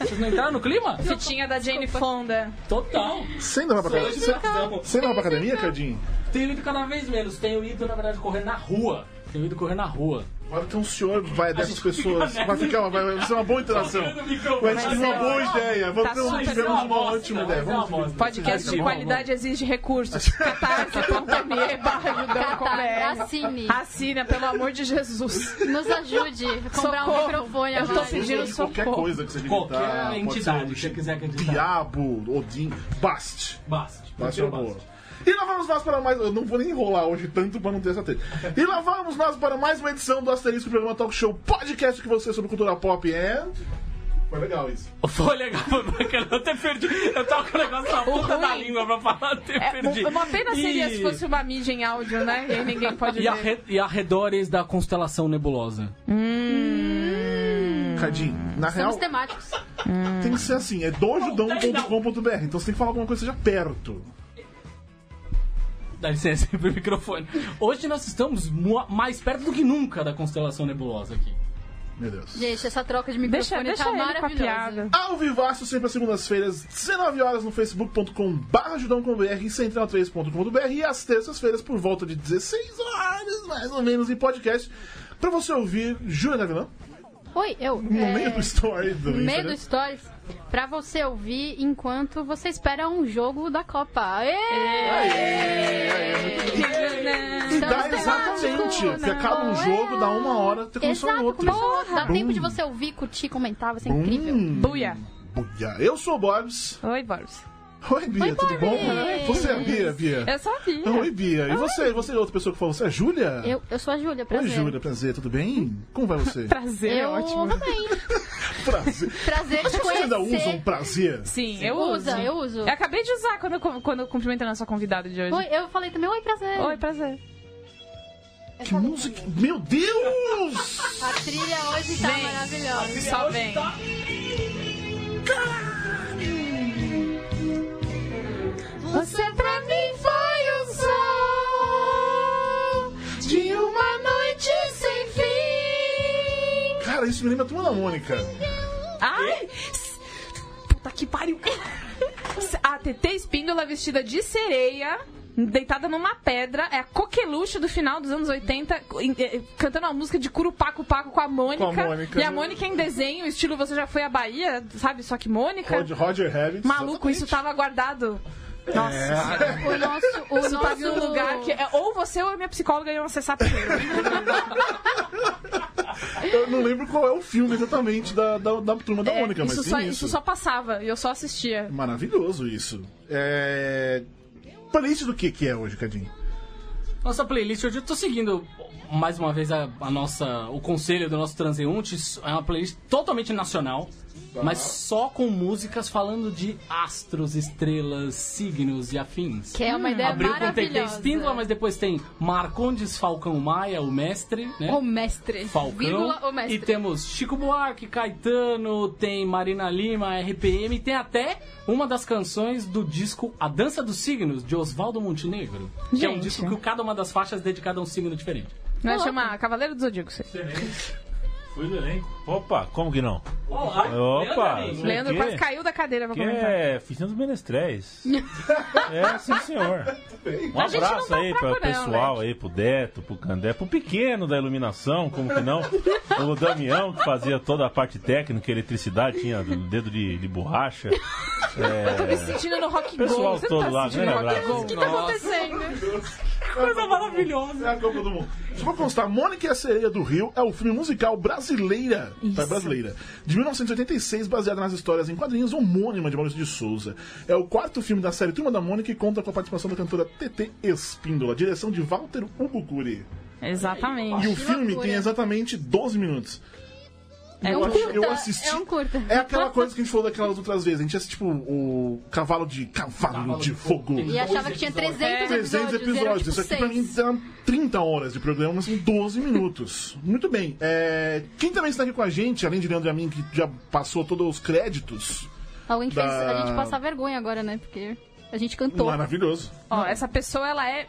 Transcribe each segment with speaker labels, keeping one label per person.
Speaker 1: É
Speaker 2: não entraram no clima?
Speaker 3: Fitinha da Jane Fonda.
Speaker 2: Total.
Speaker 4: Você ainda vai pra academia? Você, você ainda vai pra academia, Cadinho?
Speaker 2: Tenho ido cada vez menos. Tenho ido, na verdade, correr na rua. Tenho ido correr na rua.
Speaker 4: Agora tem um senhor vai dessas
Speaker 2: gente fica
Speaker 4: pessoas.
Speaker 2: nessa.
Speaker 4: Vai ficar, uma- vai, vai ser uma boa interação.
Speaker 2: Tá vendo, Micão?
Speaker 4: Vai
Speaker 2: Mas
Speaker 4: ser uma
Speaker 3: é
Speaker 4: boa
Speaker 3: uma-
Speaker 4: ideia.
Speaker 3: tá
Speaker 4: Vamos ter um-
Speaker 3: super
Speaker 4: tivemos
Speaker 2: uma
Speaker 4: uma
Speaker 2: bosta, vai
Speaker 4: ótima ideia.
Speaker 2: ser uma
Speaker 4: Vamos
Speaker 2: bosta.
Speaker 4: é
Speaker 3: Podcast de
Speaker 2: Vai,
Speaker 3: qualidade exige recursos. Catarse.me barra
Speaker 1: Tá,
Speaker 3: judão.br.
Speaker 1: Assine.
Speaker 3: Assina, pelo amor de Jesus.
Speaker 1: Nos ajude a comprar um
Speaker 3: Socorro.
Speaker 1: microfone
Speaker 3: Eu tô
Speaker 1: agora.
Speaker 3: pedindo-
Speaker 4: Pedindo qualquer
Speaker 3: socorro.
Speaker 4: coisa que você digitar.
Speaker 2: Qualquer
Speaker 4: pode
Speaker 2: entidade
Speaker 4: ser um
Speaker 2: que você quiser acreditar.
Speaker 4: Diabo, Odin, Bast.
Speaker 2: Basta.
Speaker 4: Bast é uma boa.
Speaker 2: Basta.
Speaker 4: E lá vamos nós para mais. Eu não vou nem enrolar hoje tanto para não ter essa treta. E lá vamos nós para mais uma edição do Asterisco Programa Talk Show Podcast que você é sobre cultura pop é. Foi legal isso.
Speaker 2: Foi legal, porque eu ter perdido. Eu tava com o negócio na ponta
Speaker 3: ruim-
Speaker 2: da língua pra falar, eu ter perdido.
Speaker 3: É, uma pena seria
Speaker 2: E-
Speaker 3: se fosse uma mídia em áudio, né? E aí ninguém pode
Speaker 2: E,
Speaker 3: ver.
Speaker 2: arre- e arredores da constelação nebulosa.
Speaker 3: Hum.
Speaker 4: Cadinho, na real,
Speaker 1: Somos temáticos.
Speaker 4: tem que ser assim: é dojudão.com.br. Então você tem que falar alguma coisa que seja perto.
Speaker 2: Dá licença aí pro microfone. Hoje nós estamos mu- mais perto do que nunca da constelação nebulosa aqui.
Speaker 4: Meu Deus.
Speaker 1: Gente, essa troca de
Speaker 3: Deixa,
Speaker 1: microfone
Speaker 3: deixa
Speaker 1: tá
Speaker 3: ele com a
Speaker 1: maravilhosa.
Speaker 3: piada.
Speaker 4: Ao vivaço, sempre às segundas-feiras, 19 horas no facebook.com barra judão.com.br e central3.com.br e às terças-feiras por volta de 16 horas, mais ou menos, em podcast, pra você ouvir Júlia Navilã
Speaker 1: Oi, eu.
Speaker 4: no
Speaker 1: é,
Speaker 4: meio do story do
Speaker 1: no meio
Speaker 4: Instagram.
Speaker 1: do Stories, pra você ouvir enquanto você espera um jogo da Copa. Aê!
Speaker 3: É,
Speaker 4: E
Speaker 1: Estamos
Speaker 4: dá exatamente,
Speaker 1: temáticos,
Speaker 4: você acaba um
Speaker 1: não é?
Speaker 4: jogo, dá uma hora, você começou
Speaker 1: Exato,
Speaker 4: um outro.
Speaker 1: começou outro. Dá
Speaker 4: Bum.
Speaker 1: tempo de você ouvir, curtir, comentar, vai ser incrível.
Speaker 3: Buia.
Speaker 4: Buia. Eu sou o Bobs.
Speaker 3: Oi, Boris.
Speaker 4: Oi, Bia,
Speaker 1: Oi,
Speaker 4: tudo bom?
Speaker 1: Bobs.
Speaker 4: Você é a Bia, Bia.
Speaker 3: Eu sou a Bia.
Speaker 4: Oi, Bia. E você? Você é outra pessoa que falou, você é a Júlia?
Speaker 1: Eu, eu sou a Júlia,
Speaker 4: Oi,
Speaker 1: prazer.
Speaker 4: Júlia, prazer, tudo bem? Como vai você?
Speaker 3: Hum. Prazer, é
Speaker 1: Eu
Speaker 3: ótimo.
Speaker 1: também.
Speaker 4: prazer.
Speaker 1: Prazer te
Speaker 4: Vocês ainda usam
Speaker 1: conhecer.
Speaker 4: prazer?
Speaker 3: Sim, eu
Speaker 1: Usa,
Speaker 3: uso.
Speaker 1: eu uso.
Speaker 3: Eu acabei de usar quando eu, cum- quando eu cumprimentei a nossa convidada de hoje.
Speaker 1: Oi, eu falei também, oi, prazer.
Speaker 3: Oi, prazer.
Speaker 4: Que música! Meu Deus!
Speaker 1: A trilha hoje tá
Speaker 3: Vem.
Speaker 1: maravilhosa.
Speaker 3: Só vem.
Speaker 1: Você pra mim foi o sol de uma noite sem fim.
Speaker 4: Cara, isso me lembra a turma da Mônica.
Speaker 3: Ai! s- Puta que pariu! S- A TT Espíndola vestida de sereia, deitada numa pedra, é a coqueluche do final dos anos 80, em- eh, cantando uma música de Curupaco Paco com a Mônica.
Speaker 4: Com a Mônica. né?
Speaker 3: E a Mônica em desenho, estilo Você Já Foi à Bahia, sabe? Só que Mônica.
Speaker 4: Roger, Roger Rabbit. É.
Speaker 3: Maluco, isso tava guardado. Nossa, senhora.
Speaker 1: O nosso, o
Speaker 3: isso tava em um
Speaker 1: nosso-
Speaker 3: lugar que. é Ou você ou a minha psicóloga iam acessar primeiro.
Speaker 4: Eu não lembro qual é o filme exatamente da, da, da turma da
Speaker 3: É,
Speaker 4: Mônica, mas
Speaker 3: isso,
Speaker 4: tem
Speaker 3: só,
Speaker 4: isso.
Speaker 3: isso só passava e eu só assistia.
Speaker 4: Maravilhoso isso. É. Playlist do que que é hoje, Cadinho?
Speaker 2: Nossa playlist hoje eu tô seguindo mais uma vez a, a nossa o conselho do nosso transeunte Isso é uma playlist totalmente nacional, mas só com músicas falando de astros, estrelas, signos e afins.
Speaker 1: Que é uma ideia
Speaker 2: Abriu com TT
Speaker 1: maravilhosa.
Speaker 2: Espíndola, mas depois tem Marcondes Falcão Maia, o mestre, né?
Speaker 1: O mestre.
Speaker 2: Falcão.
Speaker 1: Vírgula, o mestre.
Speaker 2: E temos Chico Buarque, Caetano, tem Marina Lima, RPM, tem até uma das canções do disco A Dança dos Signos, de Oswaldo Montenegro. Que é um
Speaker 3: Gente.
Speaker 2: disco que cada uma das faixas é dedicada a um signo diferente.
Speaker 3: Não é chamar Cavaleiro do Zodíaco, isso aí.
Speaker 5: Fui do elenco. Opa, como que não?
Speaker 2: Leandro
Speaker 5: Opa!
Speaker 4: É
Speaker 2: Amin.
Speaker 3: Leandro
Speaker 5: Que-
Speaker 3: quase caiu da cadeira pra
Speaker 5: Que
Speaker 3: comentar.
Speaker 5: é Oficina dos Menestréis. é, sim, senhor. Um
Speaker 3: A gente não
Speaker 5: abraço
Speaker 3: tá né?
Speaker 5: aí
Speaker 3: fraco
Speaker 5: para
Speaker 3: não,
Speaker 5: o pessoal aí, pro Deto, pro Candé, pro pequeno da iluminação, como que não? o Damião, que fazia toda a parte técnica, eletricidade, tinha dedo de, de borracha.
Speaker 3: Eu tô me sentindo no Rock Go.
Speaker 5: Pessoal
Speaker 3: Você
Speaker 5: todo
Speaker 3: não tá
Speaker 5: lá,
Speaker 3: se sentindo
Speaker 5: né,
Speaker 3: no Rock Go? O
Speaker 5: Brasil?
Speaker 3: que tá acontecendo?
Speaker 2: Coisa maravilhosa.
Speaker 4: É a Copa do Mundo. Só pra constar, Mônica e a Sereia do Rio é o filme musical brasileira, tá, brasileira de 1986, baseado nas histórias em quadrinhos homônima de Maurício de Souza. É o quarto filme da série Turma da Mônica e conta com a participação da cantora TT Espíndola, direção de Walter Ubucuri.
Speaker 3: Exatamente.
Speaker 4: E o
Speaker 1: Que
Speaker 4: filme
Speaker 1: loucura.
Speaker 4: tem exatamente 12 minutos.
Speaker 3: É
Speaker 4: eu,
Speaker 3: um
Speaker 4: acho-
Speaker 1: curta,
Speaker 4: eu assisti.
Speaker 1: é um curta.
Speaker 4: É aquela coisa que a gente falou daquelas outras vezes. A gente assiste, tipo, o Cavalo de Cavalo, de, Fogo.
Speaker 1: E achava que tinha 300
Speaker 4: 300
Speaker 1: episódios. eram,
Speaker 4: É. episódios.
Speaker 1: tipo,
Speaker 4: Isso aqui pra mim
Speaker 1: seis.
Speaker 4: dá 30 horas de programa, mas são 12 minutos. Muito bem. É, Quem também está aqui com a gente, além de Leandro e a mim, que já passou todos os créditos.
Speaker 1: Alguém que fez
Speaker 4: da-
Speaker 1: a gente passar vergonha agora, né? Porque a gente cantou.
Speaker 4: Maravilhoso.
Speaker 3: Ó, essa pessoa, ela é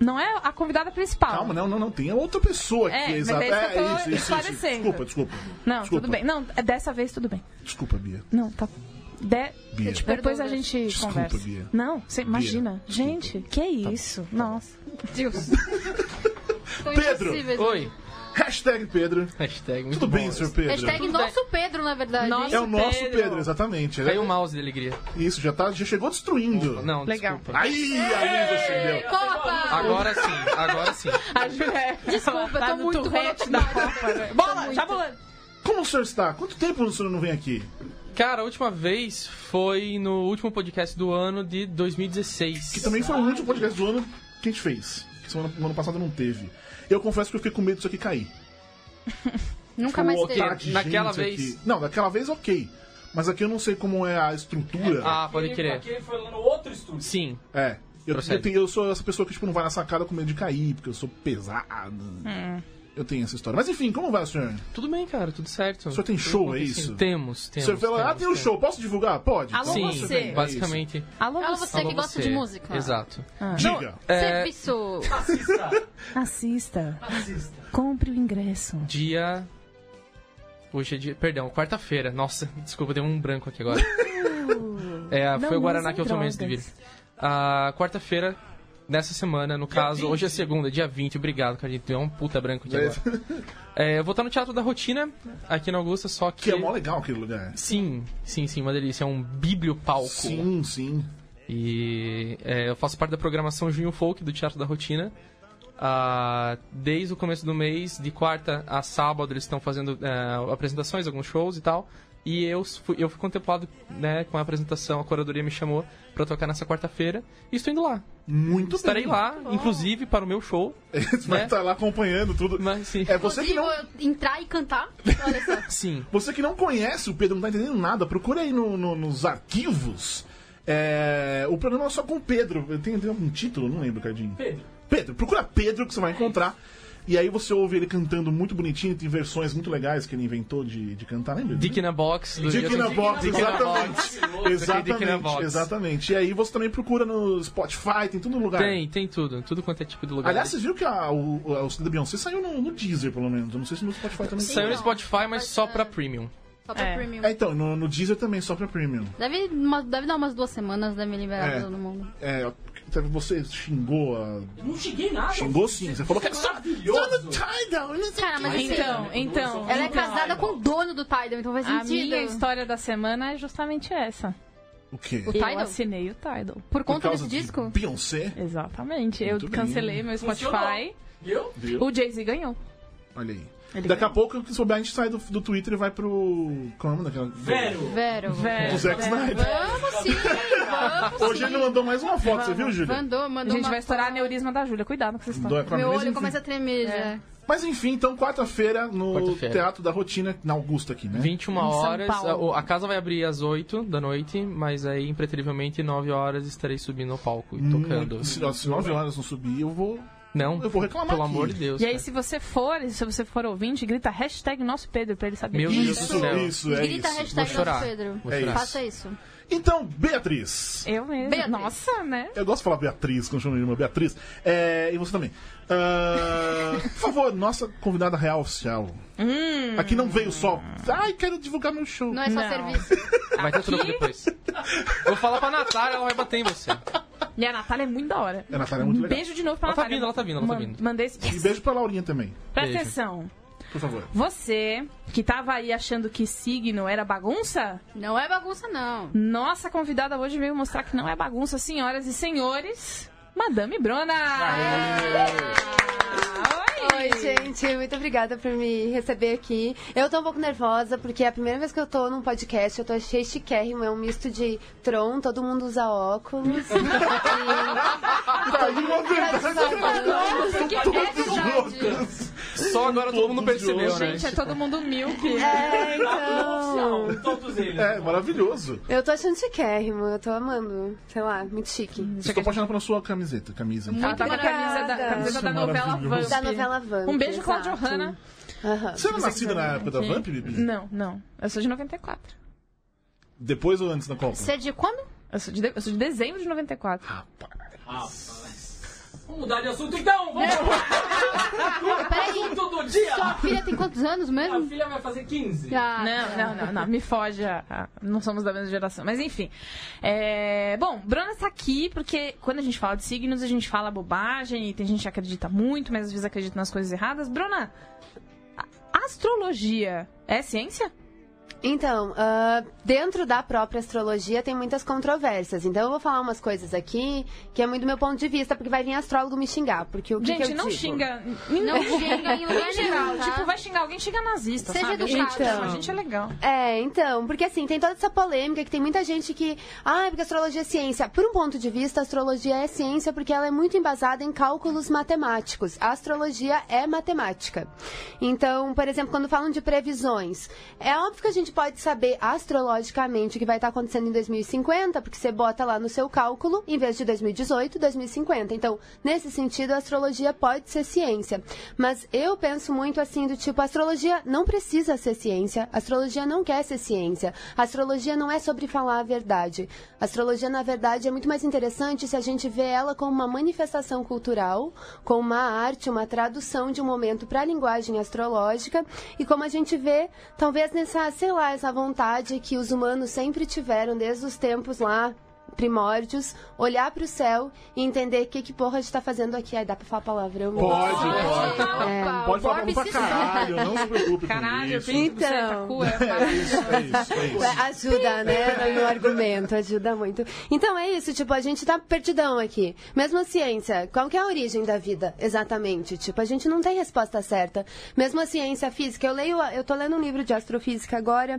Speaker 3: Não é a convidada principal.
Speaker 4: Calma, né? não, não, não. Tem outra pessoa
Speaker 3: É,
Speaker 4: aqui.
Speaker 3: mas
Speaker 4: exato.
Speaker 3: é isso que eu tô esclarecendo.
Speaker 4: Desculpa, desculpa.
Speaker 3: Não,
Speaker 4: Desculpa.
Speaker 3: tudo bem. Não, é dessa vez tudo bem.
Speaker 4: Desculpa, Bia.
Speaker 3: Não, tá. De-
Speaker 4: Bia.
Speaker 3: Tipo, Depois a
Speaker 1: Bia.
Speaker 3: gente
Speaker 4: Desculpa,
Speaker 3: conversa.
Speaker 4: Bia. Tá.
Speaker 3: Não, você imagina. Gente, que isso? Nossa.
Speaker 1: Deus. Foi
Speaker 4: Pedro.
Speaker 1: impossível, gente.
Speaker 2: Oi.
Speaker 4: Hashtag Pedro.
Speaker 6: Hashtag, muito
Speaker 4: Tudo
Speaker 6: bom.
Speaker 4: bem, senhor Pedro?
Speaker 1: Hashtag
Speaker 2: Tudo
Speaker 1: nosso Pedro, na verdade.
Speaker 3: Nossa.
Speaker 4: É o nosso
Speaker 3: Pedro.
Speaker 4: Pedro, exatamente. né?
Speaker 6: Caiu o um mouse de alegria.
Speaker 4: Isso, já, tá, já chegou destruindo.
Speaker 6: Não,
Speaker 3: Legal.
Speaker 6: desculpa.
Speaker 4: Aí, aí você
Speaker 1: Ei,
Speaker 4: deu.
Speaker 1: Copa!
Speaker 6: Agora sim, agora sim.
Speaker 3: A Julia.
Speaker 1: Desculpa, eu
Speaker 3: Tá
Speaker 1: tô
Speaker 3: no
Speaker 1: muito
Speaker 3: Tourette
Speaker 1: revoltada.
Speaker 3: da Copa. né? Bola,
Speaker 1: muito.
Speaker 3: já bolando.
Speaker 4: Como o senhor está? Quanto tempo o senhor não vem aqui?
Speaker 6: Cara, a última vez foi no último podcast do ano de 2016.
Speaker 4: Que também foi o último podcast do ano que a gente fez. Que semana, no ano passado não teve. Eu confesso que eu fiquei com medo disso aqui cair.
Speaker 3: Ah,
Speaker 1: Nunca mais
Speaker 4: O
Speaker 3: tá
Speaker 1: teve.
Speaker 4: otário de
Speaker 6: é? Naquela
Speaker 4: gente
Speaker 6: vez.
Speaker 4: aqui. Não, daquela vez ok. Mas aqui eu não sei como é a estrutura.
Speaker 6: Ah, pode querer.
Speaker 2: Aquele foi lá no outro estúdio.
Speaker 6: Sim.
Speaker 4: É. Eu,
Speaker 6: Procede.
Speaker 4: eu tenho- eu sou essa pessoa que tipo, não vai na sacada com medo de cair, porque eu sou pesado.
Speaker 3: Hum.
Speaker 4: Eu tenho essa história. Mas enfim, como vai, senhor?
Speaker 6: Tudo bem, cara, tudo certo.
Speaker 4: O senhor tem
Speaker 6: Tudo
Speaker 4: show, é
Speaker 6: acontecendo.
Speaker 4: isso?
Speaker 6: Temos,
Speaker 4: O
Speaker 6: temos.
Speaker 4: senhor fala, ah, tem um
Speaker 6: temos,
Speaker 4: show, posso divulgar? Pode.
Speaker 3: Alô,
Speaker 6: temos.
Speaker 3: você.
Speaker 6: Sim, basicamente.
Speaker 3: Alô, Ah.
Speaker 1: Alô,
Speaker 3: você.
Speaker 1: você que
Speaker 6: Alô,
Speaker 1: gosta de música.
Speaker 6: Exato.
Speaker 4: Diga.
Speaker 6: É,
Speaker 1: Serviço.
Speaker 3: Assista. Compre o ingresso.
Speaker 6: dia... Hoje é dia... Perdão, quarta-feira. Nossa, desculpa, deu um branco aqui agora. É,
Speaker 3: Não
Speaker 6: foi o Guaraná
Speaker 3: usem
Speaker 6: que eu tomei antes de vir.
Speaker 3: drogas.
Speaker 6: Ah, quarta-feira, nessa semana, no caso, hoje é segunda, dia 20. Obrigado, cara, deu um puta branco aqui agora. É, eu vou estar no Teatro da Rotina, aqui na Augusta, só que...
Speaker 4: Que é mó legal aquele lugar.
Speaker 6: Sim, sim, sim, uma delícia. É um bibliopalco.
Speaker 4: Sim, sim.
Speaker 6: E é, eu faço parte da programação Junho Folk do Teatro da Rotina. Ah, desde o começo do mês, de quarta a sábado, eles estão fazendo é, apresentações, alguns shows e tal. E eu fui, eu fui contemplado né, com a apresentação, a curadoria me chamou pra tocar nessa quarta-feira. E estou indo lá.
Speaker 4: Muito
Speaker 6: Estarei
Speaker 4: bem.
Speaker 6: lá, inclusive, para o meu show.
Speaker 4: Você vai
Speaker 6: né?
Speaker 4: estar lá acompanhando tudo.
Speaker 6: Mas sim.
Speaker 4: É você que
Speaker 1: Inclusive,
Speaker 4: não.
Speaker 1: eu entrar e cantar. Olha só.
Speaker 6: Sim.
Speaker 4: Você que não conhece o Pedro, não tá entendendo nada, procura aí no- no- nos arquivos. É, o programa é só com o Pedro. Tem, tem algum um título? Não lembro, Cardinho.
Speaker 2: Pedro.
Speaker 4: Pedro, procura Pedro que você vai encontrar. E aí você ouve ele cantando muito bonitinho, tem versões muito legais que ele inventou de, de cantar, né, lembra?
Speaker 6: Dick na Box. do
Speaker 4: Dick
Speaker 6: Justin-
Speaker 4: na Box,
Speaker 6: Dick na Box.
Speaker 4: exatamente.
Speaker 6: Dick na
Speaker 4: Exatamente,
Speaker 6: Box.
Speaker 4: exatamente. E aí você também procura no Spotify, tem todo lugar.
Speaker 6: Tem, tem tudo. Tudo quanto é tipo de lugar.
Speaker 4: Aliás, vocês viram que a, o, o- o CD da Beyoncé saiu no, no Deezer, pelo menos. Eu não sei se no Spotify também
Speaker 6: Saiu no
Speaker 1: Não,
Speaker 6: Spotify, mas
Speaker 1: mas,
Speaker 6: só
Speaker 1: ah,
Speaker 6: pra Premium.
Speaker 1: Só pra
Speaker 3: É.
Speaker 1: premium.
Speaker 4: É, então, no, no Deezer também, só pra Premium.
Speaker 1: Deve, uma- deve dar umas duas semanas, deve liberar
Speaker 4: É.
Speaker 1: todo mundo.
Speaker 4: É, até você xingou a.
Speaker 2: Não cheguei nada.
Speaker 4: Xingou sim, você falou que é só.
Speaker 2: Maravilhoso.
Speaker 1: Cara, mas assim,
Speaker 3: Então, então.
Speaker 1: ela é casada com o dono do Tidal, então faz
Speaker 3: A
Speaker 1: sentido.
Speaker 3: minha história da semana é justamente essa.
Speaker 4: O quê?
Speaker 1: O
Speaker 3: Eu
Speaker 1: Tidal?
Speaker 3: assinei o Tidal.
Speaker 1: Por
Speaker 4: Por
Speaker 1: conta
Speaker 4: causa
Speaker 1: desse
Speaker 4: de
Speaker 1: disco?
Speaker 4: Beyoncé?
Speaker 3: Exatamente. Eu
Speaker 4: Muito bem.
Speaker 3: cancelei meu Spotify.
Speaker 2: Viu?
Speaker 4: Viu?
Speaker 3: O Jay-Z ganhou.
Speaker 4: Olha aí.
Speaker 3: Ele
Speaker 4: Daqui a
Speaker 3: ganhou.
Speaker 4: pouco, se souber, a gente sai do, do Twitter e vai pro. Como é o nome daquela.
Speaker 2: Vero.
Speaker 1: Vero.
Speaker 4: Do
Speaker 3: Velho.
Speaker 4: Zack Snyder.
Speaker 1: Vamos sim, vamos
Speaker 4: Hoje ele mandou mais uma foto, você viu, Júlia?
Speaker 1: Mandou,
Speaker 3: A
Speaker 1: mandou
Speaker 3: gente
Speaker 1: uma
Speaker 3: vai estourar a
Speaker 1: foto.
Speaker 3: aneurisma da Júlia. Cuidado com essa
Speaker 4: Do
Speaker 3: história.
Speaker 4: Aquaman,
Speaker 1: Meu
Speaker 4: mas
Speaker 1: olho
Speaker 4: enfim.
Speaker 1: começa a tremer já.
Speaker 4: Mas enfim, então, quarta-feira no
Speaker 6: Quarta-feira.
Speaker 4: Teatro da Rotina, na Augusta aqui, né?
Speaker 6: 21
Speaker 3: Em São
Speaker 6: horas. A,
Speaker 3: Paulo.
Speaker 6: o- a casa vai abrir às 8 da noite, mas aí, impreterivelmente, 9 horas estarei subindo ao palco e tocando.
Speaker 4: Muito- Se, ó, se 9 horas não subir, eu vou.
Speaker 6: Não,
Speaker 4: Hum. Eu vou reclamar
Speaker 6: pelo
Speaker 4: aqui.
Speaker 6: amor de é Deus.
Speaker 3: E aí,
Speaker 6: cara.
Speaker 3: se você for, se você for ouvinte, grita hashtag nosso Pedro pra ele saber.
Speaker 6: Meu Deus do
Speaker 4: Isso,
Speaker 6: céu.
Speaker 4: isso, é
Speaker 1: Grita a
Speaker 4: isso.
Speaker 1: hashtag
Speaker 6: Vou chorar.
Speaker 1: nosso Pedro.
Speaker 6: Vou
Speaker 4: É chorar.
Speaker 1: Faça isso.
Speaker 4: Então, Beatriz.
Speaker 3: Eu mesmo.
Speaker 1: Beatriz.
Speaker 3: Nossa, né?
Speaker 4: Eu gosto de falar Beatriz, quando chamo de irmã Beatriz. É, e você também. Ah, por favor, nossa convidada real oficial. Aqui não veio só. Ai, quero divulgar meu show.
Speaker 1: Não é só
Speaker 3: Hum. Não.
Speaker 1: serviço.
Speaker 6: Vai ter troco depois. Vou falar pra Natália, ela vai bater em você.
Speaker 3: E a Natália é muito da hora.
Speaker 4: A Natália é muito
Speaker 3: Um
Speaker 4: legal.
Speaker 3: Beijo de novo pra
Speaker 6: Ela tá
Speaker 3: Natália.
Speaker 6: vindo, ela tá vindo, ela tá
Speaker 3: Man-
Speaker 6: vindo.
Speaker 3: Mandei esse...
Speaker 4: E beijo pra Laurinha também,
Speaker 3: Presta
Speaker 6: Beijo.
Speaker 3: atenção.
Speaker 4: por favor.
Speaker 3: Você que tava aí achando que signo era bagunça,
Speaker 1: Não é bagunça, não.
Speaker 3: nossa convidada hoje veio mostrar que não é bagunça, senhoras e senhores. Madame Brona! Ah,
Speaker 7: Oi, gente, muito obrigada por me receber aqui. Eu tô um pouco nervosa, porque é a primeira vez que eu tô num podcast, eu tô achei chiquérrimo, é um misto de Tron, todo mundo usa óculos.
Speaker 4: Tá aí uma
Speaker 3: Nossa, que é verdade.
Speaker 4: loucas.
Speaker 6: Só agora todo mundo percebeu, né?
Speaker 3: Gente, é todo mundo milk.
Speaker 7: É, então.
Speaker 2: Todos eles.
Speaker 4: É, maravilhoso.
Speaker 7: Eu tô achando chiquérrimo, eu tô amando. Sei lá, muito chique.
Speaker 3: Uhum.
Speaker 4: Estou apaixonado pela sua camiseta. Camisa.
Speaker 3: Ela tá com a camisa da,
Speaker 7: obrigada.
Speaker 3: camiseta da
Speaker 4: Isso, é
Speaker 3: novela Vamp.
Speaker 4: maravilhoso.
Speaker 7: Da novela Vamp.
Speaker 3: Um beijo, Cláudio
Speaker 7: exato.
Speaker 3: Hanna.
Speaker 7: Aham.
Speaker 4: Você era nascida na época da Vamp, Bibi?
Speaker 3: Não, não. Eu sou de 94.
Speaker 4: Depois ou antes da Copa?
Speaker 1: Você é de quando?
Speaker 3: Eu sou de, de- eu sou de dezembro de 94.
Speaker 4: Rapaz.
Speaker 2: Vamos mudar de assunto então! Vamos mudar de assunto do dia!
Speaker 1: Sua filha tem quantos anos
Speaker 2: Minha
Speaker 1: mesmo?
Speaker 2: filha vai fazer 15.
Speaker 1: Ah,
Speaker 3: Não, não, não, não. Me foge. a- a- Não somos da mesma geração. Mas enfim. É, Bom, Bruna está aqui porque quando a gente fala de signos, a gente fala bobagem e tem gente que acredita muito, mas às vezes acredita nas coisas erradas. Bruna, a- astrologia é ciência?
Speaker 7: Então, ah, dentro da própria astrologia tem muitas controvérsias. Então eu vou falar umas coisas aqui que é muito do meu ponto de vista, porque vai vir astrólogo me xingar. Porque o que
Speaker 3: gente,
Speaker 7: que eu
Speaker 3: não
Speaker 7: digo?
Speaker 3: xinga.
Speaker 1: Não xinga em lugar
Speaker 3: Em geral,
Speaker 1: nenhum, tá?
Speaker 3: tipo, vai xingar alguém, xinga nazista,
Speaker 1: Seja
Speaker 3: sabe?
Speaker 1: educada.
Speaker 3: Gente, não, a gente é legal.
Speaker 7: É, então, porque assim, tem toda essa polêmica que tem muita gente que. Ah, porque astrologia é ciência. Por um ponto de vista, a astrologia é ciência porque ela é muito embasada em cálculos matemáticos. A astrologia é matemática. Então, por exemplo, quando falam de previsões, é óbvio que a gente pode saber astrologicamente o que vai estar acontecendo em 2050, porque você bota lá no seu cálculo, em vez de 2018, 2050. Então, nesse sentido, a astrologia pode ser ciência. Mas eu penso muito assim, do tipo, a astrologia não precisa ser ciência, a astrologia não quer ser ciência, a astrologia não é sobre falar a verdade. A astrologia, na verdade, é muito mais interessante se a gente vê ela como uma manifestação cultural, como uma arte, uma tradução de um momento para a linguagem astrológica e como a gente vê, talvez nessa, sei lá, essa vontade que os humanos sempre tiveram desde os tempos lá primórdios, olhar para o céu e entender o que, que porra a gente tá fazendo aqui. Aí dá pra falar palavrão? meu
Speaker 4: Pode,
Speaker 7: Deus.
Speaker 4: pode.
Speaker 1: Opa,
Speaker 4: Pode
Speaker 1: o
Speaker 4: falar
Speaker 1: Bob
Speaker 4: pra
Speaker 1: se
Speaker 4: caralho, não se preocupe
Speaker 3: Caralho,
Speaker 4: com
Speaker 3: eu
Speaker 4: isso.
Speaker 3: tenho que
Speaker 7: Então.
Speaker 4: É isso, é isso, é isso. É.
Speaker 7: Ué, Ajuda, né? No argumento, ajuda muito. Então é isso, tipo, a gente tá perdidão aqui. Mesmo a ciência, qual que é a origem da vida, exatamente? Tipo, a gente não tem resposta certa. Mesmo a ciência física, eu leio, eu tô lendo um livro de astrofísica agora.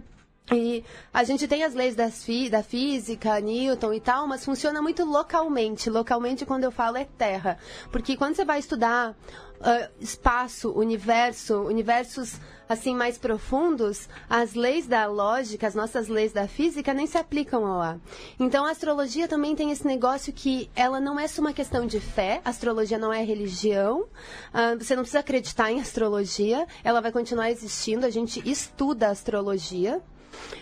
Speaker 7: E a gente tem as leis das fi- da física, Newton e tal, mas funciona muito localmente. Localmente, quando eu falo, é terra. Porque quando você vai estudar ah, espaço, universo, universos assim mais profundos, as leis da lógica, as nossas leis da física nem se aplicam ao ar. Então a astrologia também tem esse negócio que ela não é só uma questão de fé, a astrologia não é religião, ah, você não precisa acreditar em astrologia, ela vai continuar existindo, a gente estuda a astrologia.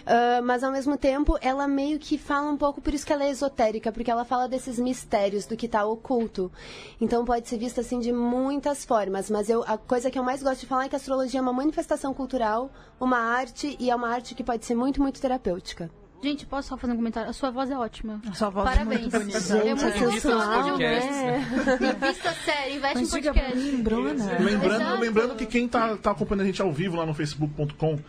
Speaker 7: Ah, mas ao mesmo tempo ela meio que fala um pouco, por isso que ela é esotérica, porque ela fala desses mistérios do que está oculto. Então pode ser vista assim de muitas formas, mas eu, a coisa que eu mais gosto de falar é que a astrologia é uma manifestação cultural, uma arte e é uma arte que pode ser muito, muito terapêutica.
Speaker 1: Gente, posso só fazer um comentário? A sua voz é ótima.
Speaker 3: A sua voz é
Speaker 1: Parabéns.
Speaker 3: muito bonita.
Speaker 1: é
Speaker 7: Gente, é
Speaker 1: muito
Speaker 7: sensual,
Speaker 6: podcasts.
Speaker 7: né?
Speaker 1: Invista sério, investe em
Speaker 3: Mas diga pra
Speaker 1: podcast.
Speaker 3: mim, Bruna.
Speaker 4: Lembrando,
Speaker 1: Exato.
Speaker 4: lembrando que quem tá, tá acompanhando a gente ao vivo lá no facebook.com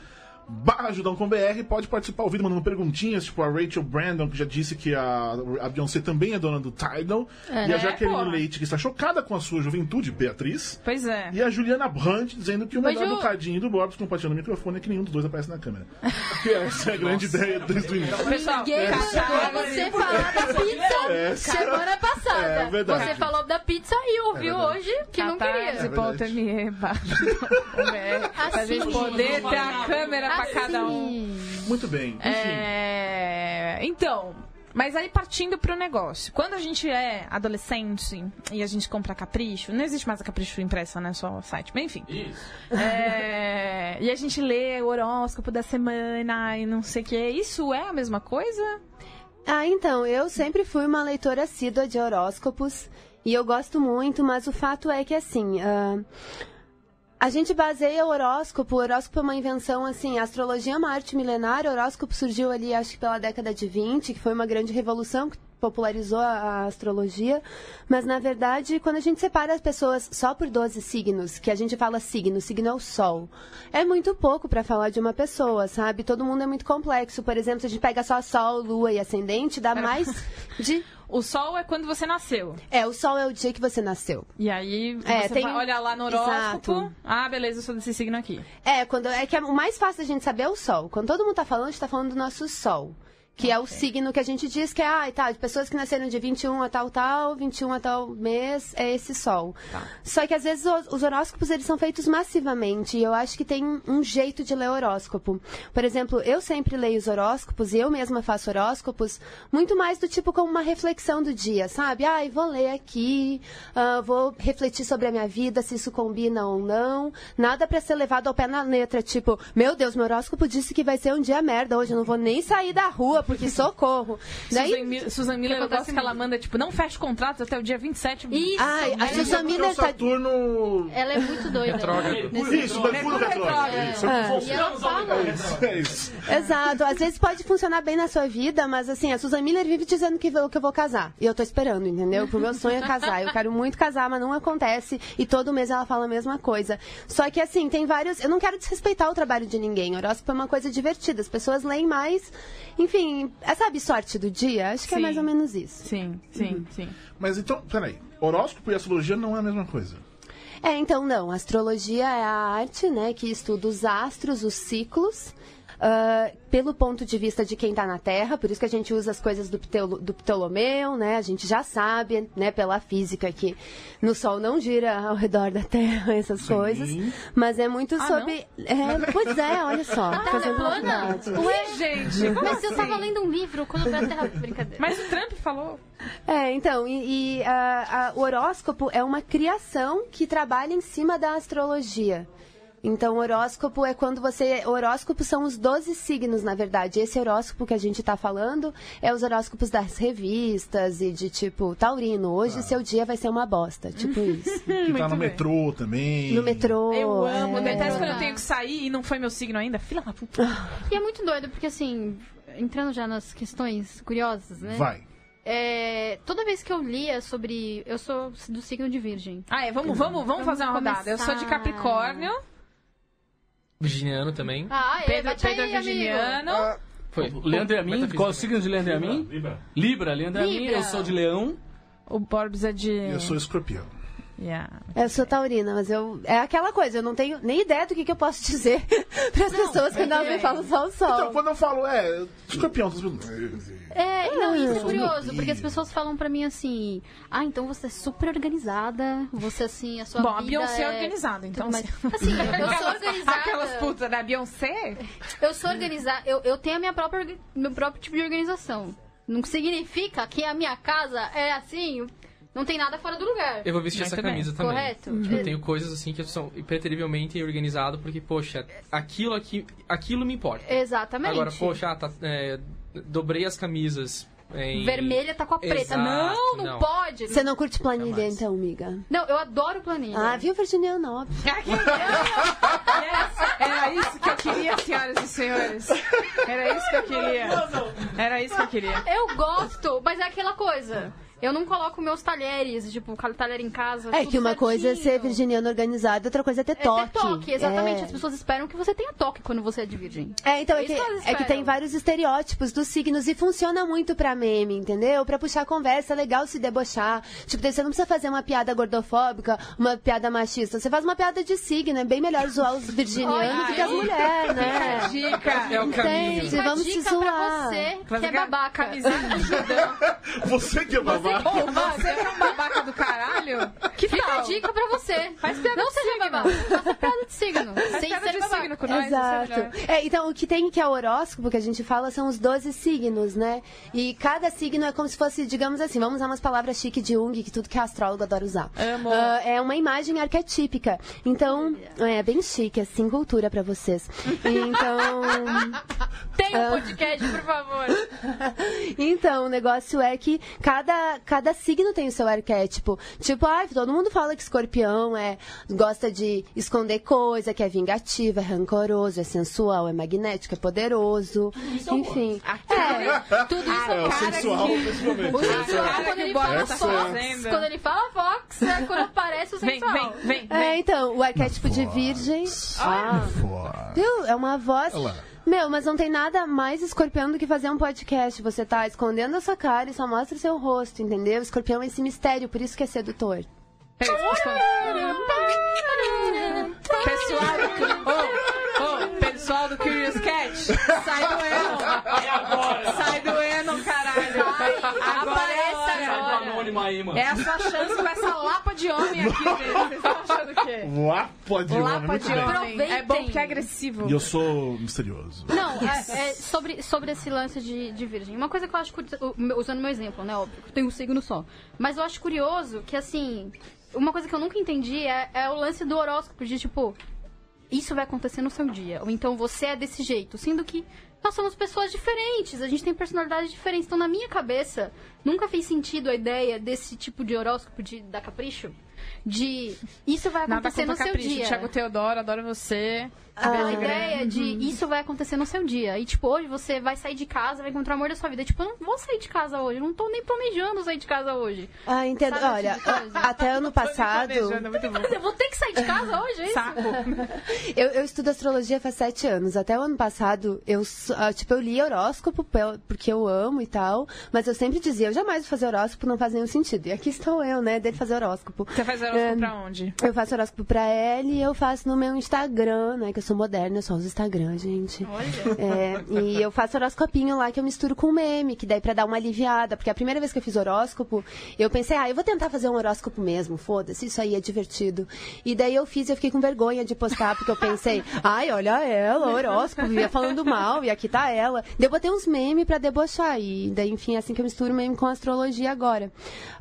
Speaker 4: barra ajudão com BR, pode participar ao vivo mandando perguntinhas, tipo a Rachel Brandon, que já disse que a, a Beyoncé também é dona do Tidal, e a
Speaker 3: né,
Speaker 4: Jaqueline
Speaker 3: porra?
Speaker 4: Leite, que está chocada com a sua juventude, Beatriz,
Speaker 3: Pois é.
Speaker 4: e a Juliana Brandt dizendo que o melhor
Speaker 1: Ju-
Speaker 4: do Cadinho e do Bob's compartilhando o microfone é que nenhum dos dois aparece na câmera. Que essa é a grande ideia desde o início.
Speaker 3: Pessoal,
Speaker 1: Ninguém
Speaker 3: cachorro.
Speaker 1: mandou você falar da pizza
Speaker 4: Essa-
Speaker 1: semana passada.
Speaker 4: É verdade.
Speaker 1: Você falou da pizza e
Speaker 7: É
Speaker 1: ouviu hoje que não queria.
Speaker 3: Catarse.me barra OBR, é pra gente
Speaker 1: Assim.
Speaker 3: poder ter a câmera
Speaker 1: Ah,
Speaker 3: pra cada um.
Speaker 4: Muito bem, enfim.
Speaker 3: É, Então, mas aí partindo pro negócio. Quando a gente é adolescente e a gente compra capricho, não existe mais a capricho impressa, né? Só o site. Mas enfim.
Speaker 2: Isso.
Speaker 3: É, e a gente lê o horóscopo da semana e não sei o que. Isso é a mesma coisa?
Speaker 7: Ah, então, eu sempre fui uma leitora assídua de horóscopos e eu gosto muito, mas o fato é que assim. ah, a gente baseia o horóscopo, o horóscopo é uma invenção, assim, a astrologia é uma arte milenar, o horóscopo surgiu ali, acho que pela década de 20, que foi uma grande revolução que popularizou a a astrologia, mas na verdade, quando a gente separa as pessoas só por 12 signos, que a gente fala signo, signo é o sol, é muito pouco pra falar de uma pessoa, sabe? Todo mundo é muito complexo, por exemplo, se a gente pega só sol, lua e ascendente, dá mais de...
Speaker 3: O sol é quando você nasceu.
Speaker 7: É, o sol é o dia que você nasceu.
Speaker 3: E aí
Speaker 7: É,
Speaker 3: você
Speaker 7: tem-
Speaker 3: vai- olha lá no horóscopo.
Speaker 7: Exato.
Speaker 3: Ah, beleza, eu sou desse signo aqui.
Speaker 7: É, quando, é que é o mais fácil da gente saber é o sol. Quando todo mundo tá falando, a gente tá falando do nosso sol. Que é o signo que a gente diz que é, ah, tá, de pessoas que nasceram de 21 a tal, tal, 21 a tal mês, é esse sol. Só que às vezes os, os horóscopos, eles são feitos massivamente, e eu acho que tem um jeito de ler horóscopo. Por exemplo, eu sempre leio os horóscopos, e eu mesma faço horóscopos, muito mais do tipo como uma reflexão do dia, sabe? Ai, vou ler aqui, ah, vou refletir sobre a minha vida, se isso combina ou não. Nada pra ser levado ao pé na letra, tipo, meu Deus, meu horóscopo disse que vai ser um dia merda hoje, eu não vou nem sair da rua, porque socorro. né?
Speaker 3: Susan,
Speaker 7: Daí,
Speaker 3: Mi- Susan Miller, eu
Speaker 1: acontece
Speaker 3: gosto que ela manda, tipo, não fecha contratos até o dia 27.
Speaker 1: Isso,
Speaker 7: ai, a
Speaker 1: ela,
Speaker 7: Susan
Speaker 4: Porque é o
Speaker 7: Miller tá...
Speaker 4: Saturno.
Speaker 1: ela é muito doida.
Speaker 6: Retrógrado.
Speaker 4: Isso, Mercúrio retrógrado. Isso,
Speaker 7: É.
Speaker 1: E ela fala.
Speaker 4: é isso.
Speaker 7: Exato. Às vezes pode funcionar bem na sua vida, mas assim, a Susan Miller vive dizendo que eu, que eu vou casar. E eu tô esperando, entendeu? Porque o meu sonho é casar. Eu quero muito casar, mas não acontece. E todo mês ela fala a mesma coisa. Só que assim, tem vários. Eu não quero desrespeitar o trabalho de ninguém. Horóscopo é uma coisa divertida. As pessoas leem mais. Enfim, é, sabe, sorte do dia? Acho que é
Speaker 3: Sim.
Speaker 7: mais ou menos isso.
Speaker 3: Sim, sim,
Speaker 1: Uhum.
Speaker 3: sim.
Speaker 4: Mas então, peraí. Horóscopo e astrologia não é a mesma coisa.
Speaker 7: É, então não. A astrologia é a arte, né, que estuda os astros, os ciclos. ah, pelo ponto de vista de quem está na Terra, por isso que a gente usa as coisas do, Pteu- do Ptolomeu, né? A gente já sabe, né, pela física que no Sol não gira ao redor da Terra essas coisas, mas é muito
Speaker 3: Ah,
Speaker 7: sobre, é, pois é, olha só, fazendo
Speaker 1: Ana?
Speaker 7: novidade.
Speaker 1: Ué,
Speaker 3: Gente, como
Speaker 1: Mas eu tava
Speaker 3: assim?
Speaker 1: lendo um livro quando eu a terra. Brincadeira.
Speaker 3: Mas o Trump falou.
Speaker 7: É, então, e, e, ah, ah, o horóscopo é uma criação que trabalha em cima da astrologia. Então, horóscopo é quando você. Horóscopos são os 12 signos, na verdade. Esse horóscopo que a gente tá falando é os horóscopos das revistas e de tipo, Taurino, hoje seu dia vai ser uma bosta. Tipo isso.
Speaker 4: Que tá no metrô também.
Speaker 7: No metrô.
Speaker 3: Eu amo, né?
Speaker 7: é.
Speaker 3: detesto quando eu tenho que sair e não foi meu signo ainda. Filha da puta.
Speaker 1: E é muito doido, porque assim, entrando já nas questões curiosas, né?
Speaker 4: Vai.
Speaker 1: É, toda vez que eu lia sobre. Eu sou do signo de Virgem.
Speaker 3: Ah, é, vamos, vamos, vamos
Speaker 1: Vamos
Speaker 3: fazer uma rodada. Eu sou de
Speaker 1: começar.
Speaker 3: Capricórnio,
Speaker 6: Virginiano também.
Speaker 1: Ah, é,
Speaker 3: Pedro,
Speaker 1: bate
Speaker 3: Pedro é
Speaker 1: aí, amigo.
Speaker 3: Virginiano.
Speaker 6: Foi.
Speaker 2: Leandro e a mim?
Speaker 6: Metafísica.
Speaker 2: Qual é o signo de Leandro e a mim?
Speaker 5: Libra.
Speaker 2: Libra, Leandro e a mim,
Speaker 1: Libra.
Speaker 2: eu sou de Leão.
Speaker 3: O Borbs é de.
Speaker 4: Eu sou escorpião.
Speaker 3: Yeah.
Speaker 7: é, Eu sou taurina, mas eu. É aquela coisa, eu não tenho nem ideia do que, que eu posso dizer pras pessoas que não me falam só o sol.
Speaker 4: Então, quando eu falo, é, escorpião, todo mundo-
Speaker 1: É, não, isso é curioso,
Speaker 4: Ih.
Speaker 1: porque as pessoas falam pra mim assim: ah, então você é super organizada, você assim, a sua
Speaker 3: Bom, a
Speaker 1: vida.
Speaker 3: Beyoncé é
Speaker 1: é
Speaker 3: organizada, então.
Speaker 1: Mas, assim, eu sou organizada.
Speaker 3: Aquelas putas da Beyoncé?
Speaker 1: Eu sou organizada, eu, eu tenho a minha própria, orga- meu próprio tipo de organização. Não significa que a minha casa é assim, não tem nada fora do lugar.
Speaker 6: Eu vou vestir
Speaker 3: Muito
Speaker 6: essa
Speaker 3: bem.
Speaker 6: camisa também.
Speaker 1: correto?
Speaker 6: Eu tenho coisas assim que são impreterivelmente organizado porque, poxa, aquilo aqui, aquilo me importa.
Speaker 1: Exatamente.
Speaker 6: Agora, poxa, ah, tá, é, dobrei as camisas em...
Speaker 1: Vermelha tá com a preta.
Speaker 6: Exato,
Speaker 1: não, não,
Speaker 6: não.
Speaker 1: pode.
Speaker 7: Você não curte planilha,
Speaker 6: Jamais.
Speaker 7: então, amiga?
Speaker 1: Não, eu adoro planilha.
Speaker 7: Ah, viu, Virginiano? Óbvio.
Speaker 3: Era isso que eu queria, senhoras e senhores. Era isso que eu queria. Era isso que eu queria.
Speaker 1: Eu gosto, mas é aquela coisa. Eu não coloco meus talheres, tipo, o talher em casa.
Speaker 7: É
Speaker 1: tudo
Speaker 7: que uma coisa é ser
Speaker 1: certinho.
Speaker 7: virginiano organizado, outra coisa é ter
Speaker 1: É
Speaker 7: toque.
Speaker 1: ter toque, exatamente.
Speaker 7: É.
Speaker 1: As pessoas esperam que você tenha toque quando você é de virgem.
Speaker 7: É, então é
Speaker 1: Isso
Speaker 7: que,
Speaker 1: que elas
Speaker 7: é que tem
Speaker 1: esperam.
Speaker 7: vários estereótipos dos signos e funciona muito pra meme, entendeu? Pra puxar conversa, é legal se debochar. Tipo, daí você não precisa fazer uma piada gordofóbica, uma piada machista. Você faz uma piada de signo, é bem melhor zoar os virginianos do que as mulheres, né?
Speaker 3: Dica.
Speaker 6: É o caminho.
Speaker 7: Entende?
Speaker 1: Uma
Speaker 7: Vamos se
Speaker 1: dica
Speaker 7: zoar.
Speaker 1: pra você que
Speaker 3: Fazer
Speaker 1: é babaca.
Speaker 3: Camiseta do Judão.
Speaker 4: Você que é
Speaker 3: Ô,
Speaker 4: babaca.
Speaker 3: Você que é um babaca do caralho? Que
Speaker 1: Fica a
Speaker 3: tal?
Speaker 1: dica pra você.
Speaker 3: Faz piada
Speaker 1: não
Speaker 3: de
Speaker 1: seja
Speaker 3: signo.
Speaker 1: babaca. Faça piada de signo. sem
Speaker 3: Piada
Speaker 1: ser
Speaker 3: de
Speaker 1: babaca.
Speaker 3: signo com nós, isso é melhor.
Speaker 7: Exato. É, então, o que tem que é o horóscopo que a gente fala são os 12 signos, né? E cada signo é como se fosse, digamos assim, vamos usar umas palavras chique de Jung, que tudo que é astrólogo adora usar.
Speaker 3: Amo.
Speaker 7: Ah, é uma imagem arquetípica. Então, é bem chique, assim, cultura pra vocês. Então.
Speaker 1: Tem um podcast, por favor.
Speaker 7: Então, o negócio é que cada, cada signo tem o seu arquétipo. Tipo, ai, todo mundo fala que escorpião é gosta de esconder coisa, que é vingativo, é rancoroso, é sensual, é magnético, é poderoso. Enfim. um É,
Speaker 1: Tudo isso
Speaker 4: É, o
Speaker 1: cara
Speaker 4: sensual
Speaker 1: que-
Speaker 4: nesse momento.
Speaker 1: O sensual,
Speaker 3: cara
Speaker 1: quando
Speaker 3: que
Speaker 1: ele
Speaker 3: o Bob
Speaker 1: fala
Speaker 3: tá
Speaker 1: Fox,
Speaker 3: fazendo.
Speaker 1: quando ele fala Fox, é quando aparece o
Speaker 3: Vem,
Speaker 1: sensual.
Speaker 3: vem, vem.
Speaker 7: é, então, o arquétipo de virgem. Ah.
Speaker 4: Fora.
Speaker 7: Viu? É uma voz.
Speaker 4: Olha lá.
Speaker 7: Meu, mas não tem nada mais escorpião do que fazer um podcast. Você tá escondendo a sua cara e só mostra o seu rosto, entendeu? Escorpião é esse mistério, por isso que é sedutor.
Speaker 3: Pega esse pessoal. Pessoal do, Ô, ô, pessoal do Curious Cat, sai do Enon. Sai do Enon, caralho. Agora é a
Speaker 1: aparece
Speaker 3: hora.
Speaker 1: agora.
Speaker 2: anônimo aí, mano.
Speaker 3: É a sua chance com essa lapa de homem aqui, gente. Vocês estão achando o quê?
Speaker 4: Lapa de homem,
Speaker 3: Lapa
Speaker 4: né? muito
Speaker 3: de
Speaker 4: bem.
Speaker 3: homem. É bom porque é
Speaker 4: E
Speaker 3: agressivo.
Speaker 4: eu sou misterioso.
Speaker 1: Não, é, é sobre, sobre esse lance de, de virgem. Uma coisa que eu acho curiosa, o meu- usando meu exemplo, né, óbvio, eu tenho um signo só. Mas eu acho curioso que, assim, uma coisa que eu nunca entendi é, é o lance do horóscopo, de tipo, isso vai acontecer no seu dia. Ou então você é desse jeito. Sendo que nós somos pessoas diferentes, a gente tem personalidades diferentes. Então, na minha cabeça, nunca fez sentido a ideia desse tipo de horóscopo de, da capricho. De isso vai
Speaker 3: Nada
Speaker 1: acontecer
Speaker 3: contra
Speaker 1: no seu
Speaker 3: capricho.
Speaker 1: dia.
Speaker 3: Thiago Teodoro, adoro você.
Speaker 1: A ideia de
Speaker 7: Uhum.
Speaker 1: isso vai acontecer no seu dia. E, tipo, hoje você vai sair de casa, vai encontrar o amor da sua vida. Tipo, eu não vou sair de casa hoje. Eu não tô nem planejando sair de casa hoje.
Speaker 7: Ah, entendo.
Speaker 1: Sabe
Speaker 7: Olha,
Speaker 1: esse tipo de coisa?
Speaker 7: a- até ano passado,
Speaker 3: Planejando, muito bom.
Speaker 1: Eu vou ter que sair de casa hoje, é isso?
Speaker 3: Saco.
Speaker 7: eu, eu estudo astrologia faz sete anos. Até o ano passado, eu, s- ah, tipo, eu li horóscopo pe- porque eu amo e tal, mas eu sempre dizia, eu jamais vou fazer horóscopo, não faz nenhum sentido. E aqui estou eu, né, de fazer horóscopo.
Speaker 3: Você faz
Speaker 7: É,
Speaker 3: horóscopo pra onde?
Speaker 7: Eu faço horóscopo pra ela e eu faço no meu Instagram, né? Que eu sou moderna, eu só uso Instagram, gente. É, e eu faço horoscopinho lá que eu misturo com meme, que daí pra dar uma aliviada. Porque a primeira vez que eu fiz horóscopo, eu pensei, ah, eu vou tentar fazer um horóscopo mesmo, foda-se, isso aí é divertido. E daí eu fiz e eu fiquei com vergonha de postar, porque eu pensei, ai, olha ela, horóscopo, vivia falando mal, e aqui tá ela. Daí eu botei uns memes pra debochar. E daí, enfim, é assim que eu misturo meme com astrologia agora.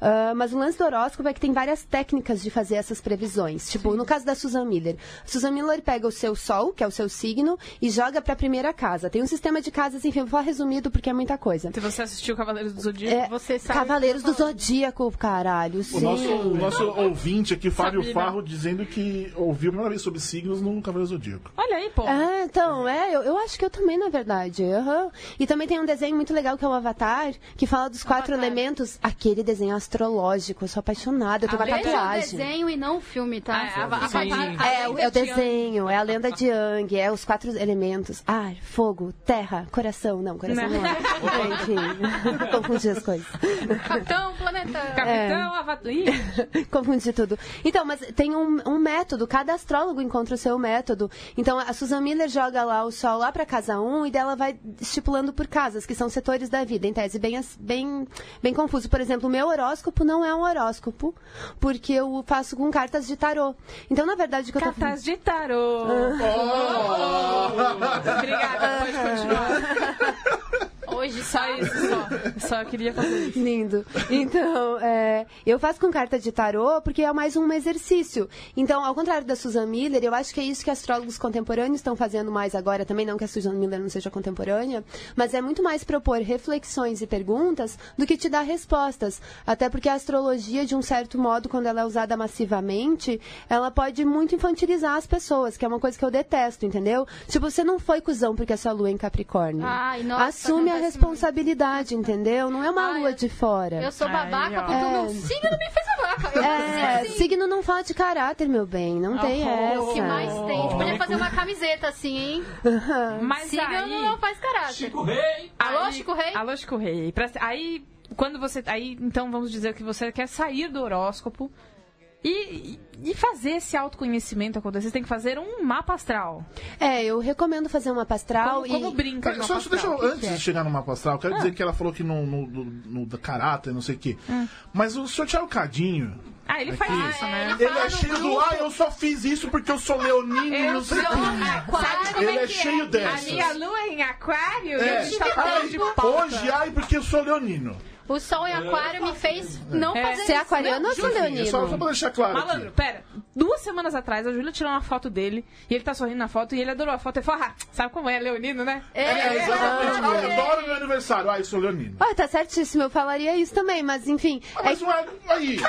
Speaker 7: Ah, mas o lance do horóscopo é que tem várias técnicas de fazer essas previsões. Tipo, no caso da Susan Miller. Susan Miller pega o seu sol, que é o seu signo, e joga pra primeira casa. Tem um sistema de casas, enfim, eu vou falar resumido porque é muita coisa.
Speaker 3: Se você assistiu Cavaleiros do Zodíaco,
Speaker 7: É,
Speaker 3: Então, você sabe.
Speaker 7: Cavaleiros do Zodíaco, caralho,
Speaker 4: O
Speaker 7: sim.
Speaker 4: nosso, o nosso ouvinte aqui, Fábio
Speaker 3: Sabina.
Speaker 4: Farro, dizendo que ouviu a primeira vez sobre signos no Cavaleiro Zodíaco.
Speaker 3: Olha aí, pô.
Speaker 7: Ah,
Speaker 1: Uhum.
Speaker 7: então, é, eu, eu acho que eu também, na verdade. aham. E também tem um desenho muito legal que é o Avatar, que fala dos quatro
Speaker 1: Avatar.
Speaker 7: elementos, aquele desenho astrológico. Eu sou apaixonada, eu tenho uma
Speaker 3: Veja o
Speaker 1: Veja o
Speaker 7: tatuagem.
Speaker 1: desenho e não o filme, tá?
Speaker 3: Ah, a- a- a-
Speaker 1: Sim.
Speaker 3: a- a-
Speaker 7: É, o- é o desenho, é a lenda de Yang, é os quatro elementos: ar, fogo, terra, coração. Não, coração não,
Speaker 1: Né?
Speaker 7: é. É, Enfim, confundi as coisas.
Speaker 1: Capitão, planeta.
Speaker 3: Capitão Avatar. Ih,
Speaker 7: Confundi tudo. Então, mas tem um, um método, cada astrólogo encontra o seu método. Então, a Susan Miller joga lá o sol lá para casa 1 e dela vai estipulando por casas, que são setores da vida, em tese, bem, as- bem, bem confuso. Por exemplo, o meu horóscopo não é um horóscopo, porque eu faço com cartas de tarô. Então, na verdade, o que eu tô
Speaker 3: cartaz de tarô. Obrigada, pode continuar.
Speaker 1: Hoje
Speaker 3: Só isso, só. Só queria fazer isso.
Speaker 7: Lindo. Então, é, eu faço com carta de tarô porque é mais um exercício. Então, ao contrário da Susan Miller, eu acho que é isso que astrólogos contemporâneos estão fazendo mais agora também. Não que a Susan Miller não seja contemporânea, mas é muito mais propor reflexões e perguntas do que te dar respostas. Até porque a astrologia, de um certo modo, quando ela é usada massivamente, ela pode muito infantilizar as pessoas, que é uma coisa que eu detesto, entendeu? Tipo, você não foi cuzão porque a sua lua é em Capricórnio.
Speaker 1: Ai, nossa,
Speaker 7: Assume a
Speaker 1: acontece muito.
Speaker 7: responsabilidade, entendeu? Não é uma
Speaker 1: Ah,
Speaker 7: lua
Speaker 1: eu-
Speaker 7: de fora.
Speaker 1: Eu sou babaca
Speaker 3: ó.
Speaker 1: porque o
Speaker 7: É.
Speaker 1: meu signo me fez babaca. Eu
Speaker 7: É,
Speaker 1: nasci assim.
Speaker 7: signo não fala de caráter, meu bem. Não tem
Speaker 1: O que mais
Speaker 7: essa.
Speaker 1: tem? A gente podia fazer uma camiseta assim, hein?
Speaker 3: Mas
Speaker 1: Signo
Speaker 3: aí...
Speaker 1: não faz caráter.
Speaker 2: Chico Rei!
Speaker 1: Alô,
Speaker 3: Aí-
Speaker 1: Chico Rei?
Speaker 3: Alô, Chico Rei. Presta- Aí, quando você. Aí, então, vamos dizer que você quer sair do horóscopo e, e fazer esse autoconhecimento acontecer. Você tem que fazer um mapa astral.
Speaker 7: É, eu recomendo fazer uma pastral
Speaker 3: Como, como
Speaker 7: e.
Speaker 3: brinca de
Speaker 4: Só-
Speaker 3: mapa
Speaker 4: só deixa
Speaker 3: astral?
Speaker 4: eu,
Speaker 3: O que
Speaker 4: antes
Speaker 3: que é?
Speaker 4: de chegar no mapa astral, eu quero dizer que ela falou que no, no, no, no da caráter, não sei o quê. Mas o senhor Thiago Cadinho,
Speaker 3: Ah, ele faz
Speaker 4: Aqui.
Speaker 3: isso, né?
Speaker 4: ele é cheio do. Ah, eu só fiz isso porque eu sou leonino
Speaker 3: É,
Speaker 4: e não sei o quê.
Speaker 3: Sabe como
Speaker 4: Ele é
Speaker 3: que
Speaker 4: cheio
Speaker 3: A
Speaker 4: dessas.
Speaker 3: minha lua é em aquário e
Speaker 4: É.
Speaker 3: a gente tá falando
Speaker 4: Ai,
Speaker 3: de
Speaker 4: hoje, ai, porque eu sou leonino.
Speaker 1: O sol em aquário me fez não
Speaker 3: É.
Speaker 1: fazer
Speaker 7: Você é aquariano ou sou
Speaker 4: Enfim, é só, só
Speaker 7: leonino?
Speaker 4: pra deixar claro.
Speaker 3: Malandro,
Speaker 4: Aqui.
Speaker 3: pera. Duas semanas atrás, a Júlia tirou uma foto dele e ele tá sorrindo na foto e ele adorou a foto. Ele falou, ah, sabe como é, Leonino, né?
Speaker 4: É, exatamente. Ai, eu adoro meu aniversário. Ai, eu sou leonino.
Speaker 7: Ah, tá certíssimo, eu falaria isso também, mas enfim.
Speaker 4: Ah,
Speaker 7: É
Speaker 4: Mas não é. Aí.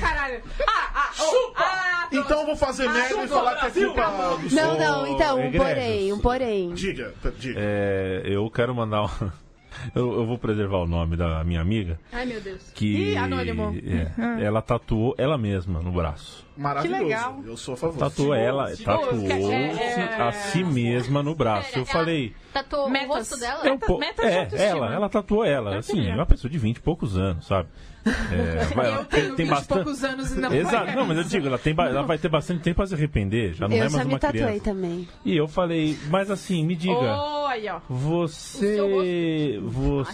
Speaker 3: Caralho. Ah, ah, oh,
Speaker 4: Chupa!
Speaker 3: ah, tô-
Speaker 4: Então eu vou fazer merda e falar que é
Speaker 2: Brasil,
Speaker 4: culpa do
Speaker 7: Não,
Speaker 5: Ô,
Speaker 7: não, então, um
Speaker 5: egressos.
Speaker 7: porém, um porém.
Speaker 4: Diga, diga.
Speaker 5: É, eu quero mandar um... eu, eu vou preservar o nome da minha amiga.
Speaker 1: Ai, meu Deus.
Speaker 5: Que
Speaker 3: Ih, anônimo. Ah.
Speaker 5: é, ela tatuou ela mesma no braço.
Speaker 4: Maravilhoso.
Speaker 3: Que legal.
Speaker 4: Eu sou a favor.
Speaker 5: Tatuou ela, tatuou
Speaker 3: é-
Speaker 5: a si mesma no braço. Eu
Speaker 1: Ela
Speaker 5: falei.
Speaker 1: Tatuou o
Speaker 3: Metas.
Speaker 1: rosto dela?
Speaker 5: É um pouco.
Speaker 3: meta de
Speaker 5: É,
Speaker 3: autoestima.
Speaker 5: ela, ela tatuou ela. Assim, é uma pessoa de 20 e poucos anos, sabe? É, vai, ela
Speaker 3: Eu tenho
Speaker 5: tem
Speaker 3: 20 e
Speaker 5: bastante.
Speaker 3: poucos anos e não
Speaker 5: Exato, não, mas eu digo, ela, tem, ba- ela vai ter bastante tempo a se arrepender, já não é
Speaker 7: Eu
Speaker 5: mais
Speaker 7: já
Speaker 5: uma
Speaker 7: me tatuei
Speaker 5: criança.
Speaker 7: também.
Speaker 5: E eu falei, mas assim, me diga,
Speaker 3: Oh, a Aí, ó. seu
Speaker 5: Você.
Speaker 1: Ai,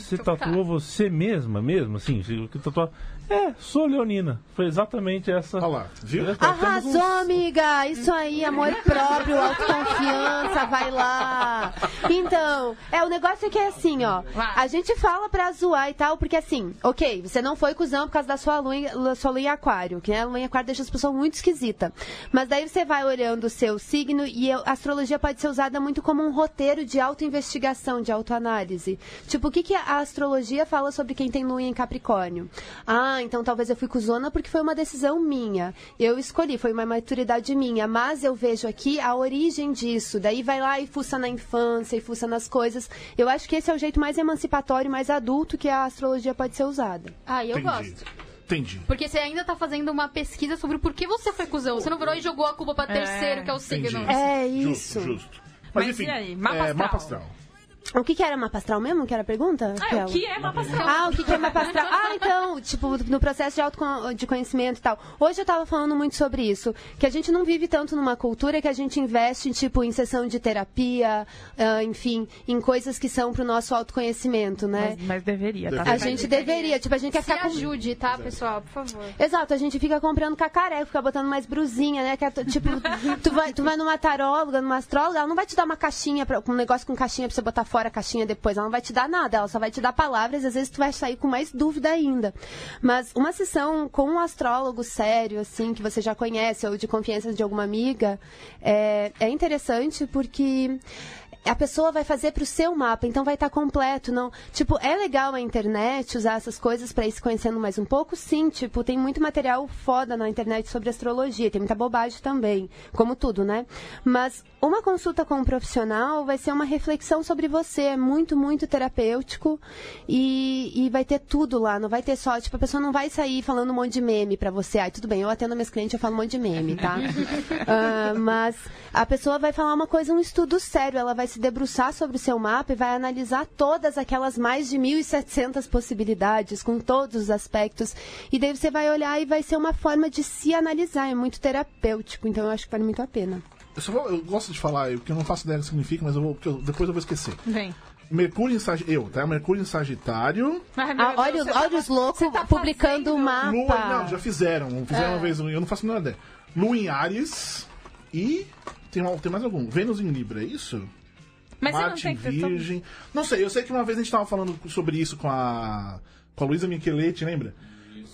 Speaker 5: Você
Speaker 1: tô
Speaker 5: tatuou
Speaker 1: chocada.
Speaker 5: você mesma, mesmo, assim? se- que Tatuar. É, sou Leonina. Foi exatamente essa.
Speaker 4: Olha lá, viu?
Speaker 7: Arrasou, amiga! Isso aí, amor próprio, autoconfiança, vai lá! Então, é, o negócio é que é assim, ó.
Speaker 3: Vai.
Speaker 7: A gente fala pra zoar e tal, porque assim, ok, você não foi cuzão por causa da sua lua, em- lua- sua lua em aquário, que né, a lua em aquário deixa as pessoas muito esquisita. Mas daí você vai olhando o seu signo e eu- a astrologia pode ser usada muito como um roteiro de autoinvestigação, de autoanálise. Tipo, o que, que a astrologia fala sobre quem tem lua em Capricórnio? Ah, então talvez eu fui cuzona porque foi uma decisão minha. Eu escolhi, foi uma maturidade minha, mas eu vejo aqui a origem disso. Daí vai lá e fuça na infância e fuça nas coisas. Eu acho que esse é o jeito mais emancipatório, mais adulto que a astrologia pode ser usada.
Speaker 1: Ah, eu
Speaker 4: Entendi.
Speaker 1: gosto.
Speaker 4: Entendi.
Speaker 1: Porque você ainda tá fazendo uma pesquisa sobre o porquê você foi cuzão. Você não virou e jogou a culpa pra terceiro, que é o
Speaker 4: Entendi.
Speaker 1: signo.
Speaker 7: É
Speaker 4: Justo,
Speaker 7: isso.
Speaker 4: justo. Mas,
Speaker 3: um Mas
Speaker 4: enfim,
Speaker 3: e aí? Mapa
Speaker 4: é,
Speaker 3: astral.
Speaker 4: mapa astral.
Speaker 7: O que, que era mapa astral mesmo? Que era a pergunta?
Speaker 3: Ah, é,
Speaker 7: Raquel?
Speaker 3: o que é mapa astral?
Speaker 7: Ah, o que, que é mapa astral? Ah, então, tipo, no processo de autoconhecimento e tal. Hoje eu tava falando muito sobre isso, que a gente não vive tanto numa cultura que a gente investe, tipo, em sessão de terapia, ah, enfim, em coisas que são pro nosso autoconhecimento, né?
Speaker 1: É,
Speaker 3: Mas, mas deveria, tá?
Speaker 7: a gente deveria, tipo, a gente quer
Speaker 1: Se
Speaker 7: ficar com...
Speaker 1: ajude, tá, pessoal? Por favor.
Speaker 7: Exato, a gente fica comprando cacareco, fica botando mais brusinha, né? Que é to- tipo, tu vai, tu vai numa taróloga, numa astróloga, ela não vai te dar uma caixinha, pra, um negócio com caixinha pra você botar fora a caixinha depois. Ela não vai te dar nada, ela só vai te dar palavras e às vezes tu vai sair com mais dúvida ainda. Mas uma sessão com um astrólogo sério, assim, que você já conhece ou de confiança de alguma amiga, é, é interessante porque a pessoa vai fazer pro seu mapa, então vai estar completo, não? Tipo, é legal a internet usar essas coisas pra ir se conhecendo mais um pouco? Sim, tipo, tem muito material foda na internet sobre astrologia, tem muita bobagem também, como tudo, né? Mas uma consulta com um profissional vai ser uma reflexão sobre você, é muito, muito terapêutico e, e vai ter tudo lá, não vai ter só, tipo, a pessoa não vai sair falando um monte de meme pra você. Ai, tudo bem, eu atendo minhas clientes, eu falo um monte de meme, tá? Ah, mas a pessoa vai falar uma coisa, um estudo sério. Ela vai se debruçar sobre o seu mapa e vai analisar todas aquelas mais de 1.700 possibilidades, com todos os aspectos. E daí você vai olhar e vai ser uma forma de se analisar. É muito terapêutico, então eu acho que vale muito a pena.
Speaker 4: Eu, só vou- eu gosto de falar, eu- porque eu não faço ideia do que significa, mas eu vou, porque eu- depois eu vou esquecer.
Speaker 3: Vem.
Speaker 4: Mercúrio em Sagitário. Eu, tá? Mercúrio em Sagitário.
Speaker 3: Ai, meu
Speaker 7: Ah,
Speaker 3: Deus,
Speaker 7: olha,
Speaker 3: você
Speaker 7: os-
Speaker 3: tá
Speaker 7: olha os loucos
Speaker 3: tá
Speaker 7: publicando o mapa.
Speaker 4: Lua. Não, já fizeram. Fizeram
Speaker 7: É.
Speaker 4: uma vez, eu não faço nada ideia. Lua em Ares. E. Tem, uma- tem mais algum? Vênus em Libra, é isso?
Speaker 3: tá- Mas você não
Speaker 4: Marte
Speaker 3: tem
Speaker 4: em
Speaker 3: que ter todo-
Speaker 4: Virgem. Não sei, eu sei que uma vez a gente tava falando sobre isso com a. Com a Luísa Micheletti, lembra?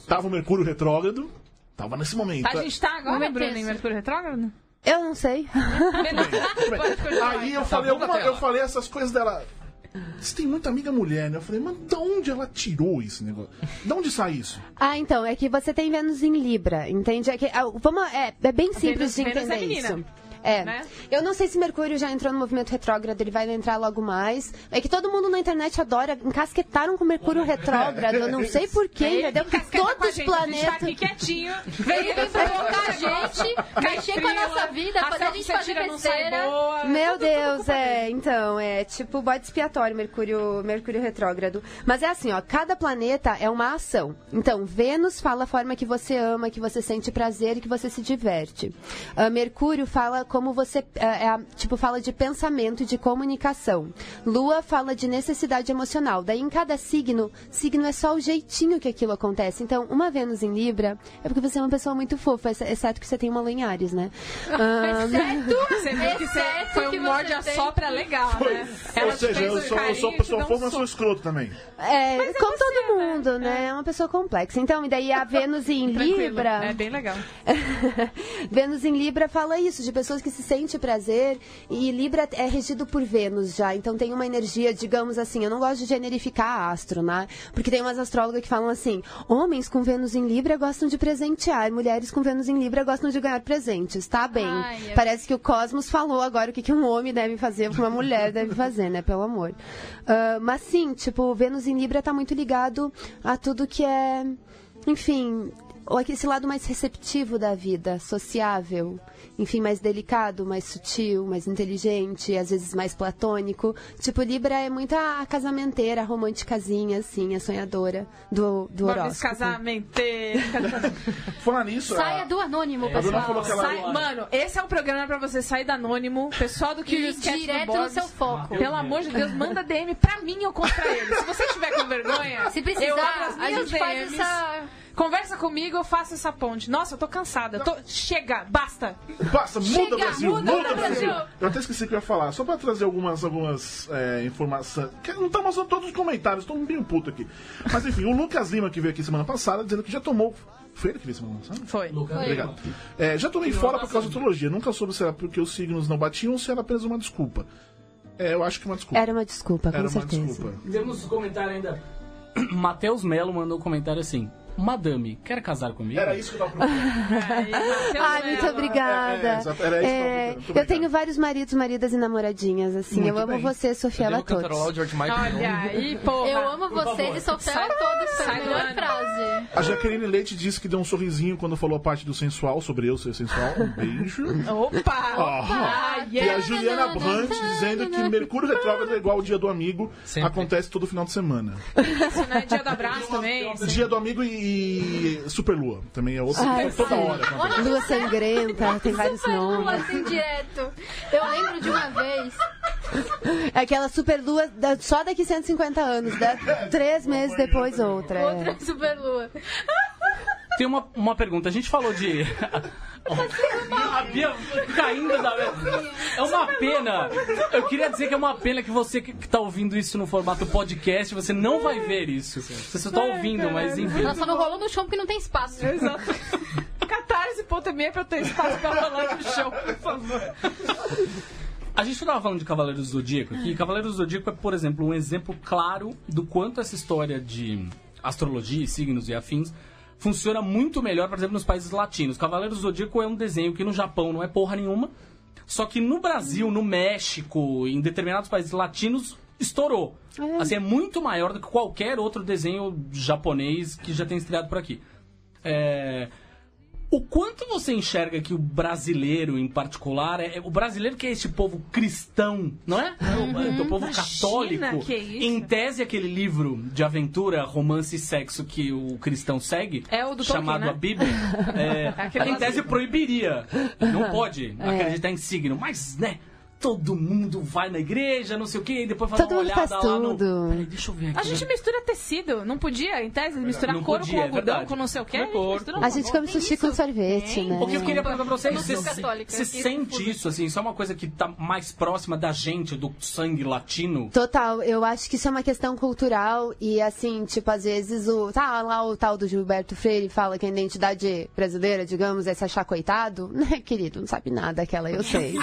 Speaker 4: Tava o Mercúrio retrógrado. Tava nesse momento.
Speaker 3: Tá, a gente tá
Speaker 1: Como
Speaker 3: agora,
Speaker 1: é que é
Speaker 3: Bruno, em
Speaker 1: isso?
Speaker 3: Mercúrio Retrógrado?
Speaker 7: Eu não sei.
Speaker 1: é?
Speaker 3: Beleza. Pode continuar,
Speaker 4: Aí
Speaker 3: então.
Speaker 4: eu falei,
Speaker 6: bom na
Speaker 4: alguma-
Speaker 6: tela.
Speaker 4: eu falei essas coisas dela. Você tem muita amiga mulher, né? Eu falei, mas de onde ela tirou esse negócio? De onde sai isso?
Speaker 7: Ah, então, é que você tem Vênus em Libra, entende? É, que, ah, vamos, é, é bem simples de
Speaker 3: Vênus é
Speaker 7: entender
Speaker 3: menina,
Speaker 7: isso. É.
Speaker 3: né?
Speaker 7: Eu não sei se Mercúrio já entrou no movimento retrógrado, ele vai entrar logo mais. É que todo mundo na internet adora, encasquetaram com Mercúrio retrógrado, eu não sei porquê, entendeu?
Speaker 3: Casqueta É, com a
Speaker 7: Todos os
Speaker 3: gente, A gente tá
Speaker 7: planetas.
Speaker 3: aqui quietinho. Veio
Speaker 1: Vem provocar a Tá, gente, mexer com a nossa vida, fazer a gente fazer besteira.
Speaker 7: Meu Deus, é, então, é tipo bode expiatório, Mercúrio, Mercúrio retrógrado. Mas é assim, ó, cada planeta é uma ação. Então, Vênus fala a forma que você ama, que você sente prazer e que você se diverte. Ah, Mercúrio fala como você, ah, é a- tipo, fala de pensamento e de comunicação. Lua fala de necessidade emocional. Daí, em cada signo, signo é só o jeitinho que aquilo acontece. Então, uma Vênus em Libra é porque você é uma pessoa muito fofa, ex- exceto que você tem uma lua em Ares, né? Ah,
Speaker 3: Você viu que você
Speaker 1: Exceto
Speaker 3: foi
Speaker 1: que
Speaker 3: um
Speaker 1: você
Speaker 3: morde a
Speaker 1: tem.
Speaker 3: sopra legal, né?
Speaker 4: Ou seja, eu sou, eu sou pessoa
Speaker 3: um
Speaker 4: fofa, mas sou escroto também.
Speaker 7: É, como todo mundo, né? É uma pessoa complexa. Então, e daí a Vênus em Libra.
Speaker 3: É bem legal.
Speaker 7: Vênus em Libra fala isso, de pessoas que se sente prazer. E Libra é regido por Vênus já. Então tem uma energia, digamos assim, eu não gosto de generificar astro, né? Porque tem umas astrólogas que falam assim: homens com Vênus em Libra gostam de presentear, mulheres com Vênus em Libra gostam de ganhar presentes. Tá bem.
Speaker 1: Ai, eu-
Speaker 7: Parece que o Cosmos falou agora o que, que um homem deve fazer, o que uma mulher deve fazer, né? Pelo amor. Ah, mas sim, tipo, Vênus em Libra tá muito ligado a tudo que é. Enfim. ou aquele- esse lado mais receptivo da vida, sociável, enfim, mais delicado, mais sutil, mais inteligente, às vezes mais platônico. Tipo, Libra é muito a casamenteira, a românticazinha, assim, a sonhadora do, do
Speaker 3: Vamos
Speaker 7: horóscopo.
Speaker 3: casamenteiro.
Speaker 4: Falar nisso, é-
Speaker 1: Saia
Speaker 4: a-
Speaker 1: do anônimo,
Speaker 4: a Bruna falou
Speaker 1: pessoal.
Speaker 4: que ela...
Speaker 3: Sai, mano, esse é um programa pra você sair da anônimo, pessoal do que
Speaker 1: E
Speaker 3: esquece do
Speaker 1: direto no
Speaker 3: Borbs.
Speaker 1: seu foco.
Speaker 2: Eu-
Speaker 3: Pelo amor de Deus, manda DM pra mim ou contra ele. Se você tiver com vergonha,
Speaker 1: Se
Speaker 3: eu abro as
Speaker 1: precisar, a
Speaker 3: minhas
Speaker 1: gente faz
Speaker 3: DMs.
Speaker 1: essa.
Speaker 3: Conversa comigo, eu faço essa ponte. Nossa, eu tô cansada. eu tô- Chega, basta.
Speaker 4: Passa, muda
Speaker 3: Chega,
Speaker 4: Brasil, muda,
Speaker 3: muda,
Speaker 4: Brasil.
Speaker 3: Brasil.
Speaker 4: Eu até esqueci o que eu ia falar, só pra trazer algumas, algumas é, informações. Que não tá mostrando todos os comentários, tô meio puto aqui. Mas enfim, o Lucas Lima que veio aqui semana passada dizendo que já tomou. Foi ele que veio semana passada?
Speaker 3: Foi.
Speaker 4: Obrigado. É, já tomei fora por causa da astrologia. Nunca soube se era porque os signos não batiam ou se era apenas uma desculpa. É, eu acho que uma desculpa.
Speaker 7: Era uma desculpa, com
Speaker 4: Era uma
Speaker 7: certeza.
Speaker 4: desculpa.
Speaker 2: Temos um comentário ainda. Matheus Melo mandou um comentário assim: Madame, quer casar comigo?
Speaker 4: Era isso que eu tava procurando.
Speaker 7: Ai, muito obrigada.
Speaker 4: É, é, exato, era isso que eu tava
Speaker 7: É,
Speaker 4: procurando. Muito
Speaker 7: eu
Speaker 4: obrigado.
Speaker 7: tenho vários maridos, maridas e namoradinhas, assim.
Speaker 4: Muito
Speaker 7: eu amo
Speaker 4: bem.
Speaker 7: você,
Speaker 6: Eu
Speaker 7: Sofia,
Speaker 6: devo
Speaker 7: ela
Speaker 6: cantarolar
Speaker 7: todos.
Speaker 6: um o George Michael. de novo.
Speaker 3: Olha aí, porra.
Speaker 1: Eu amo vocês e sou fã
Speaker 3: Sai-
Speaker 1: todos pela
Speaker 3: sai do
Speaker 1: melhor
Speaker 3: anônimo.
Speaker 1: frase.
Speaker 4: A Jaqueline Leite disse que deu um sorrisinho quando falou a parte do sensual, sobre eu ser sensual. Um beijo.
Speaker 3: Opa!
Speaker 4: Ah.
Speaker 3: Ai, é,
Speaker 4: E a
Speaker 3: yeah.
Speaker 4: Juliana Brandt dizendo que Mercúrio Retrógrado é igual o dia do amigo,
Speaker 6: Sempre.
Speaker 4: acontece todo final de semana.
Speaker 3: Isso, né? Dia do abraço também.
Speaker 4: Dia do amigo e, e Superlua também é outro
Speaker 7: Ai,
Speaker 4: toda
Speaker 7: sim.
Speaker 4: hora.
Speaker 7: Lua sangrenta, tem vários
Speaker 1: Não,
Speaker 7: nomes.
Speaker 1: assim direto. Eu lembro de uma vez.
Speaker 7: É Aquela super lua da- só daqui 150 anos, da- três meses depois outra. é.
Speaker 1: Outra superlua.
Speaker 2: Tem uma, uma pergunta. A gente falou de. A Bia caindo da. É uma pena. Eu queria dizer que é uma pena que você que que tá ouvindo isso no formato podcast, você não vai ver isso. Você só tá ouvindo, mas enfim.
Speaker 1: Ela só não rolou no chão porque não tem espaço.
Speaker 3: Exato. Catarse.me pra eu ter espaço pra falar no chão, por favor.
Speaker 2: A gente tava falando de Cavaleiros do Zodíaco aqui. Cavaleiros do Zodíaco é, por exemplo, um exemplo claro do quanto essa história de astrologia, e signos e afins funciona muito melhor, por exemplo, nos países latinos. Cavaleiros do Zodíaco é um desenho que no Japão não é porra nenhuma, só que no Brasil, no México, em determinados países latinos, estourou. Assim, é muito maior do que qualquer outro desenho japonês que já tem estreado por aqui. É, o quanto você enxerga que o brasileiro, em particular, é, é- o brasileiro que é este povo cristão, não é? o, o povo católico.
Speaker 3: Uhum. que é isso.
Speaker 2: Em tese, aquele livro de aventura, romance e sexo que o cristão segue,
Speaker 3: É o do Tolkien,
Speaker 2: chamado
Speaker 3: né?
Speaker 2: a Bíblia, é,
Speaker 3: Aquele
Speaker 2: em tese proibiria. Não pode
Speaker 3: É.
Speaker 2: acreditar em signo, mas, né? Todo mundo vai na igreja, não sei o quê, e depois faz
Speaker 7: Todo
Speaker 2: uma
Speaker 7: mundo
Speaker 2: olhada
Speaker 7: faz
Speaker 2: lá no.
Speaker 7: tudo.
Speaker 2: Peraí, deixa eu ver aqui.
Speaker 3: A gente mistura tecido. Não podia, em tese, misturar
Speaker 2: Não
Speaker 3: couro
Speaker 2: podia, é
Speaker 3: com algodão,
Speaker 2: verdade.
Speaker 3: com não sei o quê. A gente,
Speaker 6: couro.
Speaker 3: mistura um
Speaker 7: A gente
Speaker 3: monte.
Speaker 7: come sushi com sorvete, né?
Speaker 2: O que eu queria perguntar pra vocês,
Speaker 1: Eu não
Speaker 2: você,
Speaker 1: sou católica,
Speaker 2: você
Speaker 1: fiquei
Speaker 2: sente
Speaker 1: confusa.
Speaker 2: isso, assim, isso é uma coisa que tá mais próxima da gente, do sangue latino?
Speaker 7: Total, eu acho que isso é uma questão cultural e assim, tipo, às vezes o. Tá lá o tal do Gilberto Freire fala que a identidade brasileira, digamos, é se achar coitado. Né, querido, não sabe nada aquela, eu sei.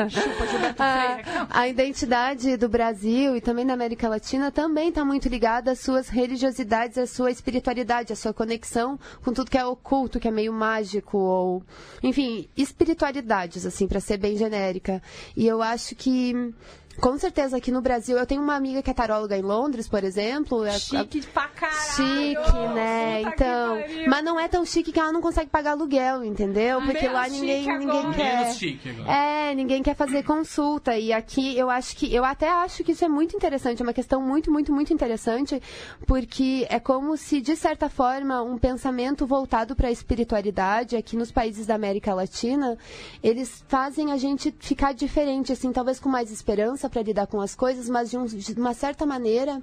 Speaker 7: a, Ah, a identidade do Brasil e também da América Latina também está muito ligada às suas religiosidades, à sua espiritualidade, à sua conexão com tudo que é oculto, que é meio mágico ou, enfim, espiritualidades assim, para ser bem genérica. E eu acho que com certeza aqui no Brasil, eu tenho uma amiga que é taróloga em Londres, por exemplo, é-
Speaker 3: Chique pra caralho.
Speaker 7: chique, né?
Speaker 3: Puta que
Speaker 7: Então,
Speaker 3: pariu.
Speaker 7: mas não é tão chique que ela não consegue pagar aluguel, entendeu? Porque
Speaker 3: Menos
Speaker 7: lá
Speaker 3: chique
Speaker 7: ninguém,
Speaker 3: agora.
Speaker 7: ninguém quer.
Speaker 2: Menos chique agora.
Speaker 7: É, ninguém quer fazer consulta. E aqui eu acho que. Eu até acho que isso é muito interessante. É uma questão muito, muito, muito interessante. Porque é como se, de certa forma, um pensamento voltado para a espiritualidade aqui nos países da América Latina, eles fazem a gente ficar diferente, assim, talvez com mais esperança para lidar com as coisas, mas de, um- de uma certa maneira.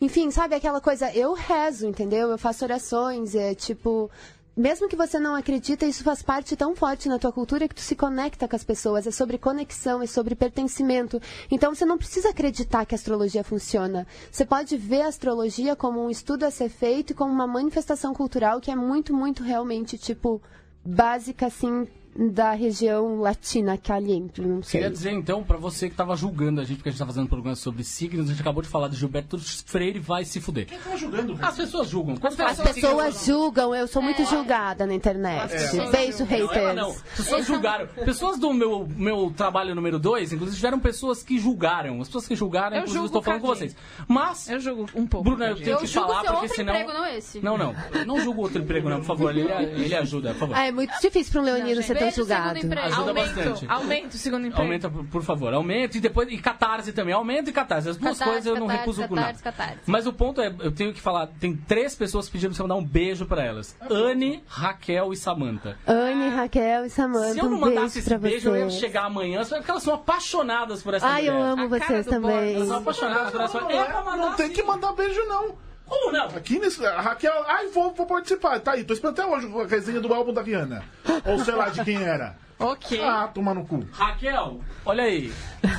Speaker 7: Enfim, sabe aquela coisa? Eu rezo, entendeu? Eu faço orações, é tipo. Mesmo que você não acredita, isso faz parte tão forte na tua cultura que tu se conecta com as pessoas. É sobre conexão, é sobre pertencimento. Então você não precisa acreditar que a astrologia funciona. Você pode ver a astrologia como um estudo a ser feito e como uma manifestação cultural que é muito, muito realmente, tipo, básica, assim, da região latina caliente, não sei.
Speaker 2: Queria dizer, então, pra você que tava julgando a gente, porque a gente tá fazendo programa sobre signos, a gente acabou de falar do Gilberto Freire, vai se fuder.
Speaker 4: Quem tá julgando,
Speaker 2: As pessoas julgam. Quando
Speaker 7: As pessoas julgam, eu sou muito julgada na internet. Beijo,
Speaker 2: É. Não, ela Ah, não.
Speaker 7: haters.
Speaker 2: Pessoas julgaram. Pessoas do meu, meu trabalho número 2, inclusive, tiveram pessoas que julgaram. As pessoas que julgaram,
Speaker 3: Eu
Speaker 2: inclusive,
Speaker 3: julgo
Speaker 2: estou falando com
Speaker 3: Cadinho.
Speaker 2: vocês. Mas,
Speaker 3: Eu jogo um pouco.
Speaker 2: Bruna, eu
Speaker 3: Cadinho.
Speaker 2: tenho
Speaker 1: Eu
Speaker 2: que
Speaker 1: julgo
Speaker 2: falar,
Speaker 1: seu
Speaker 2: porque
Speaker 1: outro
Speaker 2: senão...
Speaker 1: emprego, não é esse.
Speaker 2: Não, não. Eu Não julgo outro emprego, não, por favor. Ele, ele ajuda, por favor.
Speaker 7: Ah, é muito difícil pra um leonino ser tão
Speaker 1: Beijo, segundo
Speaker 7: julgado.
Speaker 1: emprego.
Speaker 2: Ajuda
Speaker 3: aumento,
Speaker 2: bastante.
Speaker 3: Aumento o segundo emprego.
Speaker 2: Aumenta, por por favor. Aumenta e depois... E catarse também. Aumenta e catarse. As duas
Speaker 1: Catarse,
Speaker 2: coisas eu não
Speaker 1: catarse,
Speaker 2: recuso com nada.
Speaker 1: catarse, catarse.
Speaker 2: Mas o ponto é, eu tenho que falar, tem três pessoas pedindo pra você mandar um beijo pra elas.
Speaker 4: É
Speaker 2: Anne, Raquel e Samantha.
Speaker 7: Anne, Raquel e
Speaker 2: Se
Speaker 7: Samanta,
Speaker 2: eu não
Speaker 7: um
Speaker 2: mandasse
Speaker 7: beijo
Speaker 2: esse
Speaker 7: pra
Speaker 2: beijo, eu ia
Speaker 7: vocês.
Speaker 2: chegar amanhã, só porque elas são apaixonadas por essa
Speaker 7: Ai,
Speaker 2: mulher.
Speaker 7: eu amo
Speaker 3: A cara
Speaker 7: vocês
Speaker 3: do
Speaker 7: também.
Speaker 2: Elas são apaixonadas por essa
Speaker 4: Não,
Speaker 2: mulher. É pra
Speaker 4: não,
Speaker 2: mandar
Speaker 4: tem
Speaker 2: assim.
Speaker 4: que mandar beijo, não.
Speaker 2: Como não?
Speaker 4: Aqui nesse. A Raquel. Ai, vou, vou participar. Tá aí, tô esperando até hoje a resenha do álbum da Rihanna. Ou sei lá de quem era.
Speaker 3: Ok.
Speaker 4: Ah, tomar no cu.
Speaker 2: Raquel, olha aí.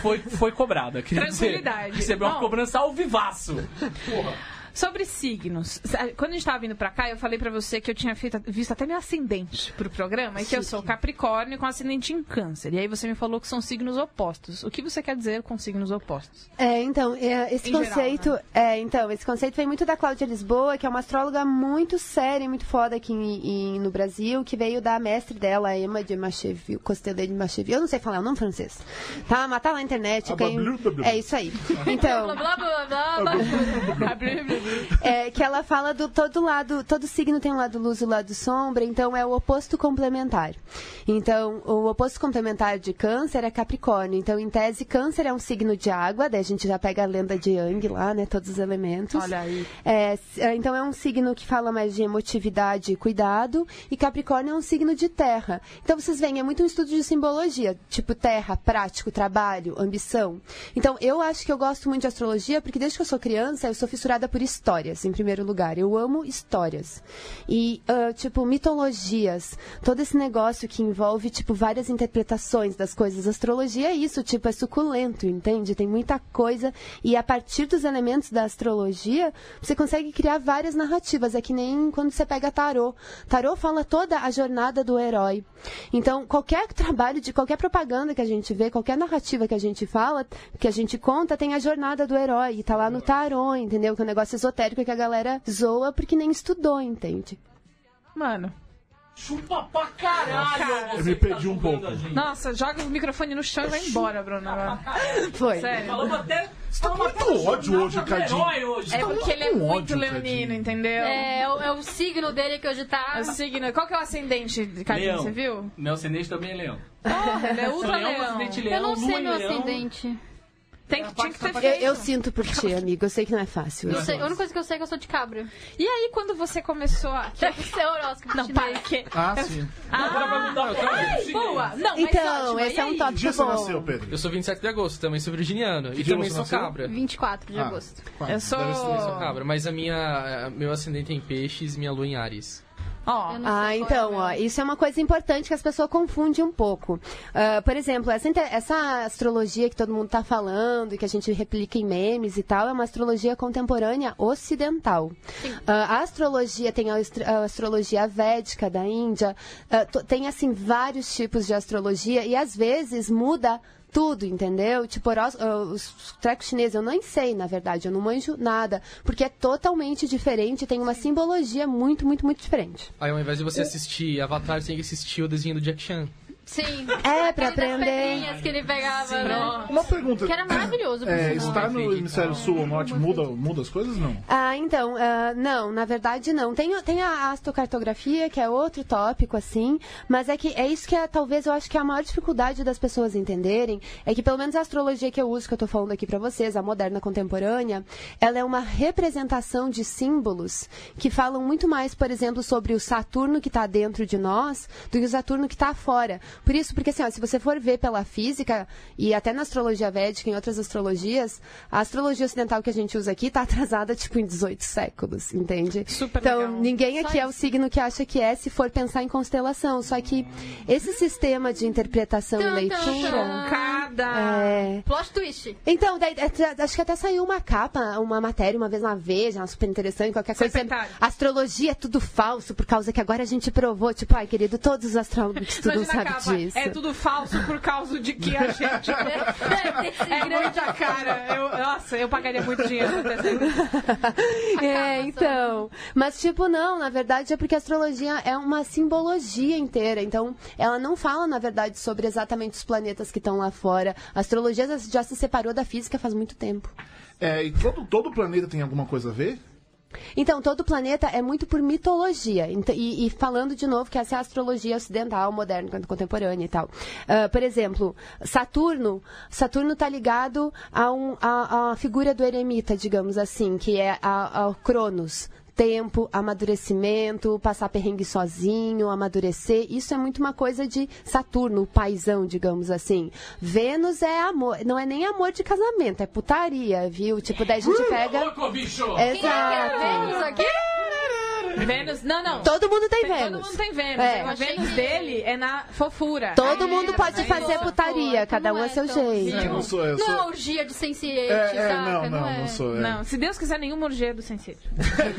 Speaker 2: Foi, foi cobrada. quer dizer,
Speaker 3: Tranquilidade.
Speaker 2: recebeu uma
Speaker 3: Bom.
Speaker 2: cobrança ao vivaço.
Speaker 3: Sobre signos, sabe, quando a gente tava vindo pra cá, eu falei pra você que eu tinha feito- visto até meu ascendente pro programa e que eu sou Capricórnio com ascendente em Câncer. E aí você me falou que são signos opostos. O que você quer dizer com signos opostos?
Speaker 7: É, então, é, esse
Speaker 3: Em geral,
Speaker 7: conceito.
Speaker 2: né?
Speaker 7: é, então, esse conceito vem muito da Cláudia Lisboa, que é uma astróloga muito séria e muito foda aqui em- em- no Brasil, que veio da mestre dela, a Emma de Macheville, Costelet de Macheville. Eu não sei falar o nome francês. Tá, mas tá lá na internet. eu
Speaker 4: Ah,
Speaker 7: ganhei-
Speaker 4: blá, blá, blá, blá.
Speaker 7: É isso aí. Então.
Speaker 1: Blá, blá, blá, blá, blá.
Speaker 7: É, que ela fala do todo lado, todo signo tem um lado luz e um lado sombra, então é o oposto complementar. Então, o oposto complementar de câncer é Capricórnio. Então, em tese, câncer é um signo de água, daí a gente já pega a lenda de Yang lá, né? Todos os elementos.
Speaker 3: Olha aí.
Speaker 7: É, s- é, então é um signo que fala mais de emotividade e cuidado, e Capricórnio é um signo de terra. Então vocês veem, é muito um estudo de simbologia, tipo terra, prático, trabalho, ambição. Então eu acho que eu gosto muito de astrologia, porque desde que eu sou criança, eu sou fissurada por histórias, em primeiro lugar. Eu amo histórias. E, ah, tipo, mitologias, todo esse negócio que envolve, tipo, várias interpretações das coisas. Astrologia é isso, tipo, é suculento, entende? Tem muita coisa, e a partir dos elementos da astrologia, você consegue criar várias narrativas. É que nem quando você pega tarô. Tarô fala toda a jornada do herói. Então, qualquer trabalho de qualquer propaganda que a gente vê, qualquer narrativa que a gente fala, que a gente conta, tem a jornada do herói. E tá lá no tarô, entendeu? Que é um negócio esotérico que a galera zoa porque nem estudou, entende?
Speaker 3: Mano,
Speaker 2: Chupa pra caralho. tá
Speaker 4: Eu me perdi um pouco.
Speaker 3: nossa, joga o microfone no chão e vai embora, Bruna.
Speaker 7: Foi.
Speaker 3: Sério.
Speaker 2: Falamos até...
Speaker 4: Você tá com muito ódio hoje, Cadinho.
Speaker 3: É
Speaker 2: Tá
Speaker 3: porque ele é
Speaker 4: Com
Speaker 3: muito
Speaker 4: ódio,
Speaker 3: leonino,
Speaker 4: tadinho.
Speaker 3: entendeu?
Speaker 1: É, é o, é o signo dele que hoje tá.
Speaker 3: O signo. Qual que é o ascendente, Cadinho?
Speaker 2: Leão.
Speaker 3: Você viu?
Speaker 2: Meu ascendente também é leão.
Speaker 3: Ele é ultra
Speaker 2: leão,
Speaker 3: leão.
Speaker 2: ascendente leão,
Speaker 1: Eu não
Speaker 2: lua
Speaker 1: sei
Speaker 2: em
Speaker 1: meu
Speaker 2: leão.
Speaker 1: ascendente.
Speaker 3: Tem que, tinha que ter
Speaker 7: Eu,
Speaker 3: feito.
Speaker 7: eu sinto por ti, amigo. Eu sei que não é fácil.
Speaker 1: Eu sei- a única coisa que eu sei é que eu sou de cabra.
Speaker 3: E aí, quando você começou a.
Speaker 1: Deve ser horóscopo.
Speaker 3: Não,
Speaker 1: chinês.
Speaker 7: né?
Speaker 3: para que.
Speaker 4: Ah, sim.
Speaker 2: Agora vai
Speaker 6: Ah,
Speaker 2: mudar o cara.
Speaker 3: Boa! Não, mas
Speaker 7: Então,
Speaker 3: ótimo,
Speaker 7: esse
Speaker 3: e
Speaker 7: é um
Speaker 3: aí?
Speaker 4: Que
Speaker 7: tópico
Speaker 4: dia você
Speaker 7: bom.
Speaker 4: nasceu, Pedro?
Speaker 6: Eu sou 27 de agosto, também sou virginiano. e
Speaker 4: dia
Speaker 6: também
Speaker 4: você
Speaker 6: sou
Speaker 4: nasceu?
Speaker 1: um
Speaker 6: cabra.
Speaker 1: 24 de
Speaker 4: Ah.
Speaker 1: agosto.
Speaker 3: Eu sou.
Speaker 6: Sou cabra, mas a minha, a- meu ascendente é em peixes, minha lua em Ares.
Speaker 3: Ó,
Speaker 1: Eu não sei
Speaker 7: Ah,
Speaker 1: qual é
Speaker 7: então,
Speaker 1: o
Speaker 7: ó,
Speaker 1: meu.
Speaker 7: isso é uma coisa importante que as pessoas confundem um pouco. Ah, por exemplo, essa, inte- essa astrologia que todo mundo está falando e que a gente replica em memes e tal, é uma astrologia contemporânea ocidental. Ah, a astrologia tem a, astro- a astrologia védica da Índia, ah, to- tem, assim, vários tipos de astrologia e, às vezes, muda tudo, entendeu? Tipo, horós- ah, os trecos chineses, eu nem sei, na verdade, eu não manjo nada, porque é totalmente diferente, tem uma simbologia muito, muito, muito diferente.
Speaker 6: Aí ao invés de você assistir Avatar, você tem que assistir o desenho do Jack Chan.
Speaker 1: Sim.
Speaker 7: É,
Speaker 1: Aquele
Speaker 7: pra aprender.
Speaker 1: Das pedrinhas que ele pegava, né?
Speaker 4: Uma pergunta.
Speaker 1: Que era maravilhoso. por
Speaker 4: É,
Speaker 1: sinal.
Speaker 4: está no hemisfério sul ou norte muda, muda as coisas não?
Speaker 7: Ah, então, ah, não, na verdade não. Tem, o- tem a astrocartografia, que é outro tópico, assim, mas é que é isso que é, talvez eu acho que é a maior dificuldade das pessoas entenderem, é que pelo menos a astrologia que eu uso, que eu tô falando aqui pra vocês, a moderna contemporânea, ela é uma representação de símbolos que falam muito mais, por exemplo, sobre o Saturno que tá dentro de nós do que o Saturno que tá fora. Por isso, porque assim, ó, se você for ver pela física e até na astrologia védica e em outras astrologias, a astrologia ocidental que a gente usa aqui tá atrasada tipo em 18 séculos, entende?
Speaker 3: Super
Speaker 7: então,
Speaker 3: legal.
Speaker 7: ninguém aqui é o signo que acha que é se for pensar em constelação, só que esse sistema de interpretação e
Speaker 1: Tum, tum,
Speaker 7: leitura
Speaker 1: tum.
Speaker 3: cada Nada!
Speaker 7: É.
Speaker 1: Plot twist.
Speaker 7: Então, daí, é, tra- acho que até saiu uma capa, uma matéria uma vez na Veja, uma super interessante, qualquer coisa.
Speaker 3: Serpentário.
Speaker 7: Astrologia é tudo falso, por causa que agora a gente provou, tipo, ai, querido, todos os astrólogos tudo
Speaker 3: Imagina a
Speaker 7: sabe
Speaker 3: capa.
Speaker 7: disso.
Speaker 3: É tudo falso por causa de que a gente. é muita cara. Eu- nossa, eu pagaria muito dinheiro pra ter essa
Speaker 7: É, então. Mas, tipo, não, na verdade é porque a astrologia é uma simbologia inteira. Então, ela não fala, na verdade, sobre exatamente os planetas que estão lá fora. A astrologia já- já se separou da física faz muito tempo.
Speaker 4: É, e todo, todo planeta tem alguma coisa a ver?
Speaker 7: Então, todo planeta é muito por mitologia. Ent- E, e falando de novo que essa é a astrologia ocidental, moderna, cont- contemporânea e tal. Ah, por exemplo, Saturno. Saturno está ligado a, um, a, a figura do eremita, digamos assim, que é a, ao Cronos. Tempo, amadurecimento, passar perrengue sozinho, amadurecer. Isso é muito uma coisa de Saturno, o paizão, digamos assim. Vênus é amor, não é nem amor de casamento, é putaria, viu? Tipo, daí a gente pega.
Speaker 2: Louco, bicho!
Speaker 1: Hum. Quem é que era
Speaker 7: Exato.
Speaker 1: Vênus aqui?
Speaker 3: Vênus? Não, não.
Speaker 7: Todo mundo tem
Speaker 3: Todo
Speaker 7: Vênus.
Speaker 3: mundo tem Vênus.
Speaker 7: É.
Speaker 3: A Vênus dele é na fofura.
Speaker 7: Todo mundo
Speaker 1: É,
Speaker 7: pode
Speaker 1: mas
Speaker 7: fazer
Speaker 1: não,
Speaker 7: putaria,
Speaker 1: pô,
Speaker 7: cada
Speaker 1: não
Speaker 7: um a
Speaker 1: é
Speaker 7: seu
Speaker 1: tão
Speaker 7: jeito.
Speaker 1: assim.
Speaker 4: Eu não sou, eu
Speaker 1: Não é
Speaker 4: sou.
Speaker 1: orgia de sensiente,
Speaker 4: É, é,
Speaker 1: saca?
Speaker 4: não, não,
Speaker 1: é.
Speaker 4: não sou. é.
Speaker 3: Não, se Deus quiser, nenhum orgia é do sensei.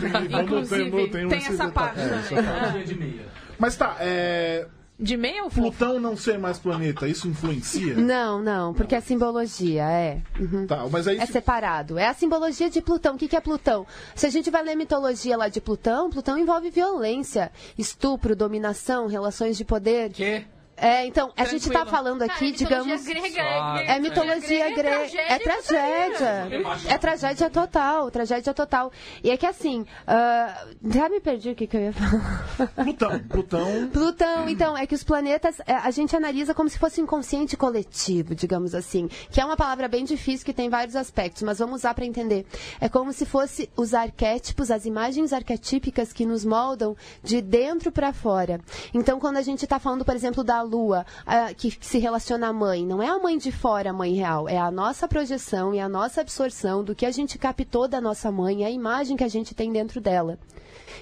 Speaker 4: Tem-
Speaker 3: Inclusive,
Speaker 4: tem- tem
Speaker 3: tem,
Speaker 4: um esse
Speaker 3: essa
Speaker 4: detalhe.
Speaker 3: parte
Speaker 4: É,
Speaker 3: também. né?
Speaker 2: de meia.
Speaker 4: Mas tá, é,
Speaker 3: De meia ou fofo?
Speaker 4: Plutão não ser mais planeta, isso influencia?
Speaker 7: Não, não, porque é simbologia, é. Uhum.
Speaker 4: Tá, mas aí.
Speaker 7: É separado. É a simbologia de Plutão. O que, que é Plutão? Se a gente vai ler a mitologia lá de Plutão, Plutão envolve violência, estupro, dominação, relações de poder.
Speaker 2: Que?
Speaker 7: É, então, a gente tá
Speaker 3: Tranquilo.
Speaker 7: falando
Speaker 1: Cara,
Speaker 7: aqui,
Speaker 1: é mitologia
Speaker 7: digamos.
Speaker 1: grega,
Speaker 6: Ah,
Speaker 1: grega,
Speaker 7: É mitologia grega. É tragédia. É tragédia total, tragédia total. E é que assim, ah, já me perdi o que, que eu ia falar.
Speaker 4: Plutão. Plutão.
Speaker 7: Plutão, então, é que os planetas é, a gente analisa como se fosse um inconsciente coletivo, digamos assim, que é uma palavra bem difícil que tem vários aspectos, mas vamos usar para entender. É como se fosse os arquétipos, as imagens arquetípicas que nos moldam de dentro para fora. Então, quando a gente está falando, por exemplo, da Lua, ah, que se relaciona à mãe, não é a mãe de fora, a mãe real, é a nossa projeção e a nossa absorção do que a gente captou da nossa mãe, a imagem que a gente tem dentro dela.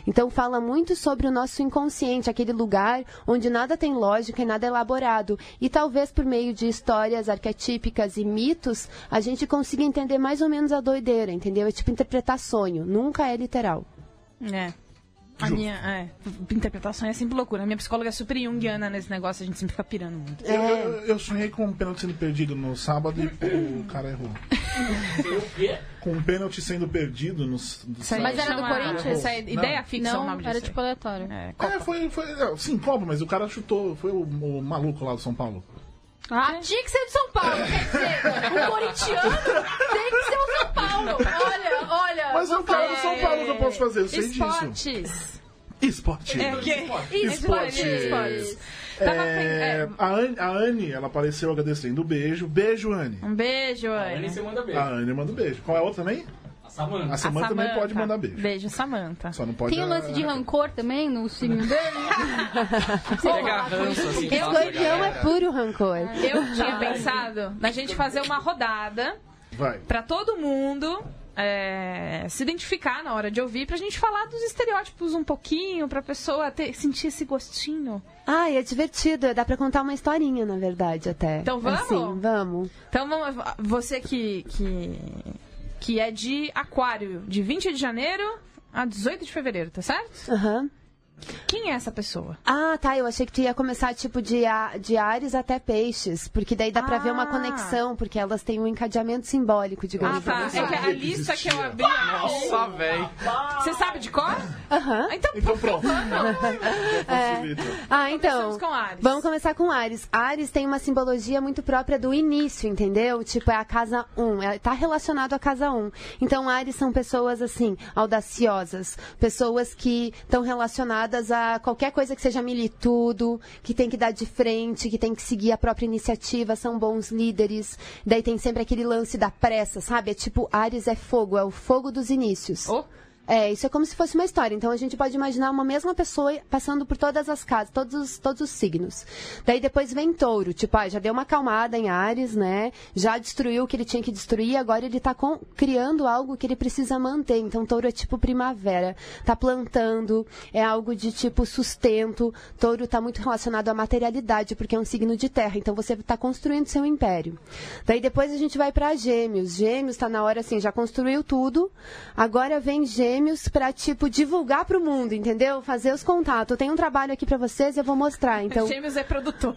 Speaker 7: Então fala muito sobre o nosso inconsciente, aquele lugar onde nada tem lógica e nada é elaborado. E talvez por meio de histórias arquetípicas e mitos, a gente consiga entender mais ou menos a doideira, entendeu? É tipo interpretar sonho, nunca é literal.
Speaker 3: É. A minha é, interpretação é sempre loucura. A minha psicóloga é super junguiana nesse negócio, a gente sempre fica pirando muito.
Speaker 4: Eu, eu, eu sonhei com um pênalti sendo perdido no sábado e pô, o cara errou.
Speaker 2: O quê?
Speaker 4: Com um pênalti sendo perdido no, s- no sábado.
Speaker 1: Mas era do Corinthians?
Speaker 3: Essa é ideia fixa é o
Speaker 1: Não,
Speaker 3: nome
Speaker 1: era
Speaker 3: disso.
Speaker 1: tipo aleatório.
Speaker 3: É,
Speaker 4: É, foi, foi. não, Sim, Copa, mas o cara chutou. Foi o, o maluco lá do São Paulo.
Speaker 1: Ah, tinha que ser de São Paulo, quer dizer, o corintiano tem que ser o São Paulo. Olha, olha.
Speaker 4: Mas é o cara do São Paulo que eu posso fazer, eu sei disso.
Speaker 1: Esportes.
Speaker 4: Esporte.
Speaker 3: É, que...
Speaker 4: Esportes.
Speaker 3: Esportes. Tava
Speaker 4: É,
Speaker 3: pen-
Speaker 4: a, Anne, a Anne, ela apareceu agradecendo o beijo. Beijo, Anne.
Speaker 3: é. Um beijo,
Speaker 2: Ah, Ele se
Speaker 3: Anne.
Speaker 2: manda
Speaker 4: A
Speaker 2: beijo.
Speaker 4: Anne manda beijo. Qual é a outra também?
Speaker 2: A Samanta.
Speaker 4: A Samanta também pode mandar beijo.
Speaker 3: Beijo, Samanta.
Speaker 4: Só não pode.
Speaker 1: Tem o lance de rancor também no signo dele?
Speaker 6: Pegar ranço, assim, fácil,
Speaker 7: Escorpião é puro rancor.
Speaker 3: Eu tinha pensado na gente fazer uma rodada
Speaker 4: Vai.
Speaker 3: pra todo mundo é, se identificar na hora de ouvir, pra gente falar dos estereótipos um pouquinho, pra pessoa ter, sentir esse gostinho.
Speaker 7: Ai, é divertido, dá pra contar uma historinha, na verdade, até.
Speaker 3: Então vamos?
Speaker 7: Assim, vamos.
Speaker 3: Então, vamos- você que, que, que é de Aquário, de 20 de janeiro a 18 de fevereiro, tá certo?
Speaker 7: Aham.
Speaker 3: Quem é essa pessoa?
Speaker 7: Ah, tá. Eu achei que tu ia começar tipo de, a- de Ares até Peixes, porque daí dá pra
Speaker 3: Ah.
Speaker 7: ver uma conexão, porque elas têm um encadeamento simbólico, digamos.
Speaker 3: Ah, tá. É que a lista que eu abri. é
Speaker 6: Nossa, velho.
Speaker 3: Você sabe de cor?
Speaker 7: Aham.
Speaker 3: Então,
Speaker 4: Então pronto. Facilita.
Speaker 7: Ah, então.
Speaker 3: Começamos com Ares.
Speaker 7: Vamos começar com Ares. Ares tem uma simbologia muito própria do início, entendeu? Tipo, é a casa 1. É, tá relacionado à casa 1. Então, Ares são pessoas, assim, audaciosas. Pessoas que estão relacionadas a qualquer coisa que seja militudo, que tem que dar de frente, que tem que seguir a própria iniciativa, são bons líderes. Daí tem sempre aquele lance da pressa, sabe? É tipo, Ares é fogo, é o fogo dos inícios.
Speaker 3: Oh.
Speaker 7: É, isso é como se fosse uma história. Então a gente pode imaginar uma mesma pessoa passando por todas as casas, todos os, todos os signos. Daí depois vem touro, tipo, ah, já deu uma acalmada em Ares, né? Já destruiu o que ele tinha que destruir, agora ele tá com- criando algo que ele precisa manter. Então touro é tipo primavera. Tá plantando, é algo de tipo sustento. Touro tá muito relacionado à materialidade, porque é um signo de terra. Então você tá construindo seu império. Daí depois a gente vai para gêmeos. Gêmeos tá na hora assim, já construiu tudo. Agora vem gêmeos para tipo divulgar para o mundo, entendeu? Fazer os contatos. Eu tenho um trabalho aqui para vocês, eu vou mostrar. Então,
Speaker 3: Gêmeos é produtor.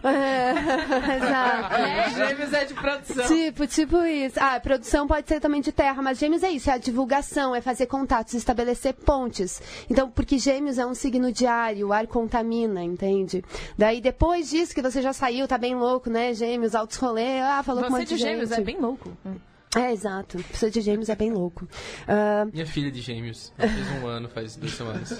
Speaker 7: exato.
Speaker 3: É, Gêmeos é de produção.
Speaker 7: Tipo, tipo isso. Ah, produção pode ser também de terra, mas gêmeos é isso, é a divulgação, é fazer contatos, estabelecer pontes. Então, porque gêmeos é um signo de ar e o ar contamina, entende? Daí depois disso que você já saiu, tá bem louco, né? Gêmeos, altos rolê, ah, falou com um
Speaker 3: Você
Speaker 7: monte
Speaker 3: de gêmeos
Speaker 7: gente.
Speaker 3: é bem louco.
Speaker 7: É, exato. Pessoa de gêmeos é bem louco. Ah,
Speaker 6: Minha filha de gêmeos. Ela fez um ano, faz duas semanas.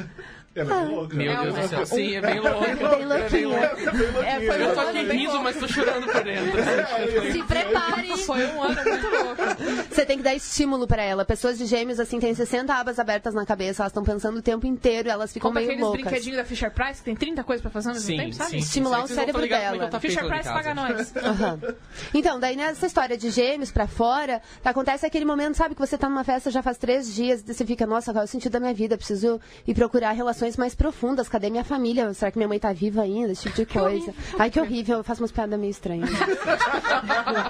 Speaker 4: Ela é louca.
Speaker 6: Meu
Speaker 4: Ela é
Speaker 6: Deus do
Speaker 4: louca.
Speaker 6: céu. Sim, é bem
Speaker 3: assim.
Speaker 6: louco.
Speaker 7: bem louquinha.
Speaker 4: Ela é bem louquinha.
Speaker 3: foi
Speaker 6: Eu tô aqui
Speaker 3: Bem louco.
Speaker 6: rindo, mas tô chorando por dentro.
Speaker 1: Se prepare!
Speaker 3: Foi um ano muito louco.
Speaker 7: Você tem que dar estímulo pra ela. Pessoas de gêmeos, assim, têm 60 abas abertas na cabeça, elas estão pensando o tempo inteiro, elas ficam
Speaker 3: Como
Speaker 7: é meio
Speaker 3: aqueles
Speaker 7: loucas.
Speaker 3: brinquedinhos da Fisher Price, que tem 30 coisas pra fazer ao mesmo tempo, sabe?
Speaker 7: Estimular
Speaker 6: Vocês
Speaker 7: o
Speaker 6: não tão
Speaker 7: cérebro
Speaker 6: ligados como é que
Speaker 7: dela.
Speaker 6: eu tô feito
Speaker 3: Fisher
Speaker 6: lá de
Speaker 3: Price
Speaker 6: casa.
Speaker 3: paga nós.
Speaker 7: Aham. Então, daí nessa história de gêmeos pra fora, acontece aquele momento, sabe, que você tá numa festa já faz três dias, e você fica, nossa, qual é o sentido da minha vida? Preciso ir procurar relações mais profundas. Cadê minha família? Será que minha mãe tá viva ainda? Esse tipo de coisa. Ai, que horrível, eu faço umas piadas meio estranhas.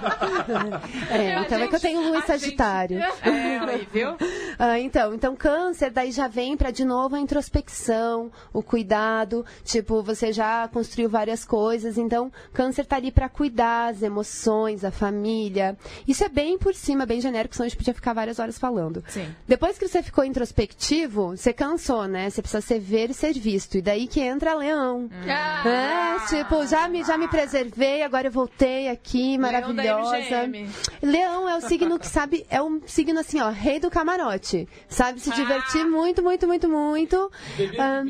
Speaker 7: é,
Speaker 3: A
Speaker 7: então é que eu
Speaker 3: gente-
Speaker 7: tenho lua
Speaker 3: a
Speaker 7: em Sagitário.
Speaker 3: gente- É, aí, viu?
Speaker 7: Ah, então, então câncer, daí já vem pra de novo a introspecção, o cuidado, tipo, você já construiu várias coisas, então câncer tá ali pra cuidar as emoções, a família. Isso é bem por cima, bem genérico, senão a gente podia ficar várias horas falando.
Speaker 3: Sim.
Speaker 7: Depois que você ficou introspectivo, você cansou, né? Você precisa ser ver e ser visto. E daí que entra leão.
Speaker 3: Ah!
Speaker 7: É, tipo, já me, já me preservei, agora eu voltei aqui,
Speaker 3: Leão da
Speaker 7: maravilhosa.
Speaker 3: MGM.
Speaker 7: Leão é o signo que sabe, é um signo assim, ó, rei do camarote. Sabe se divertir
Speaker 1: Ah.
Speaker 7: muito, muito, muito, muito. Ah,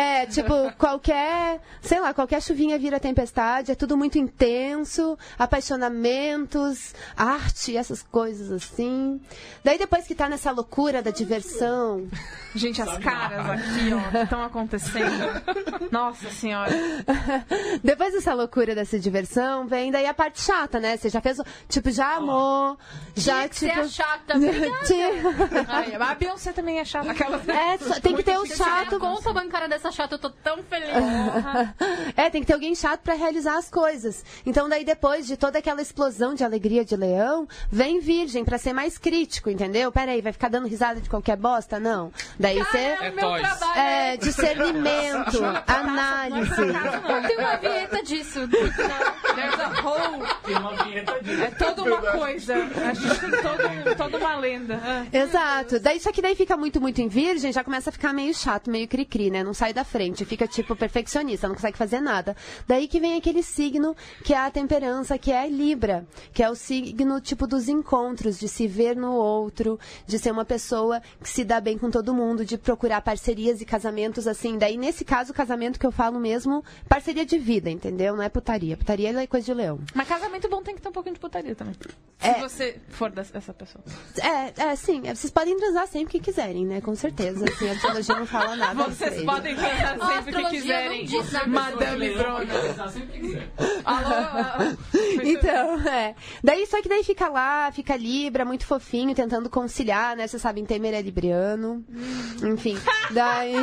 Speaker 7: é, tipo, qualquer, sei lá, qualquer chuvinha vira tempestade, é tudo muito intenso, apaixonamentos, arte, essas coisas assim. Daí depois que tá nessa loucura da diversão,
Speaker 3: Gente, as caras aqui, ó, que estão acontecendo. Nossa senhora.
Speaker 7: Depois dessa loucura, dessa diversão, vem daí a parte chata, né? Você já fez, o- tipo, já amou, já,
Speaker 1: Você
Speaker 7: tipo...
Speaker 1: é chata, obrigada.
Speaker 7: Tinha-
Speaker 3: Ai, a Beyoncé também é chata. Aquelas...
Speaker 7: É, só- tem que ter o
Speaker 1: Tipo,
Speaker 7: chato.
Speaker 1: Conta a bancária dessa chata, eu tô tão feliz.
Speaker 7: É, tem que ter alguém chato pra realizar as coisas. Então daí depois de toda aquela explosão de alegria de leão, vem virgem pra ser mais crítico, entendeu? Peraí, vai ficar dando risada de qualquer bosta? Não. Daí
Speaker 6: É
Speaker 7: você...
Speaker 6: toys.
Speaker 7: É, discernimento, análise.
Speaker 1: Tem uma vinheta disso.
Speaker 3: There's a whole.
Speaker 2: Tem uma vinheta de...
Speaker 3: É toda uma coisa. A gente tem todo, toda uma lenda. Ah.
Speaker 7: Exato. Daí só que daí fica muito, muito em virgem, já começa a ficar meio chato, meio cri-cri, né? Não sai da frente, fica tipo perfeccionista, não consegue fazer nada. Daí que vem aquele signo que é a temperança, que é Libra, que é o signo tipo dos encontros, de se ver no outro, de ser uma pessoa que se dá bem com todo mundo, de procurar parcerias e casamentos assim. Daí nesse caso, o casamento que eu falo mesmo, parceria de vida, entendeu? Não é putaria. Putaria é coisa de leão.
Speaker 3: Mas casamento bom tem que ter um pouquinho de putaria também. Se
Speaker 7: É.
Speaker 3: você for dessa essa pessoa.
Speaker 7: É, é, sim. É, Vocês podem transar sempre que quiserem, né? Com certeza. Assim, a astrologia não fala nada.
Speaker 3: Vocês
Speaker 7: Vocês
Speaker 3: podem cantar
Speaker 1: A
Speaker 3: sempre que
Speaker 1: astrologia
Speaker 3: quiserem.
Speaker 1: não diz nada
Speaker 3: Madame
Speaker 2: Leão
Speaker 3: Brona.
Speaker 2: pode casar sempre que quiser.
Speaker 3: Alô? ah,
Speaker 7: Então, é. Daí, só que daí fica lá, fica Libra, muito fofinho, tentando conciliar, né? Vocês sabem, Temer é libriano. Enfim, daí...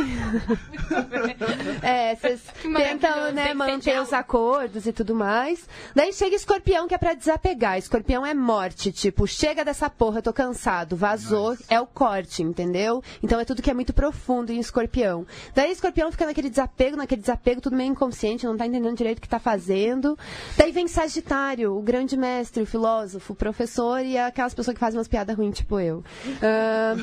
Speaker 7: é, vocês tentam,
Speaker 1: maravilhoso, tem
Speaker 7: né,
Speaker 1: que
Speaker 7: manter
Speaker 1: pentear
Speaker 7: os acordos e tudo mais. Daí chega escorpião, que é pra desapegar. Escorpião é morte, tipo, chega dessa porra, eu tô cansado. Vazou, é o corte, entendeu? Então é tudo que é muito profundo em escorpião. Daí escorpião fica naquele desapego, naquele desapego, tudo meio inconsciente, não tá entendendo direito o que tá fazendo. Daí vem Sagitário, o grande mestre, o filósofo, o professor e aquelas pessoas que fazem umas piadas ruins, tipo eu. Ah,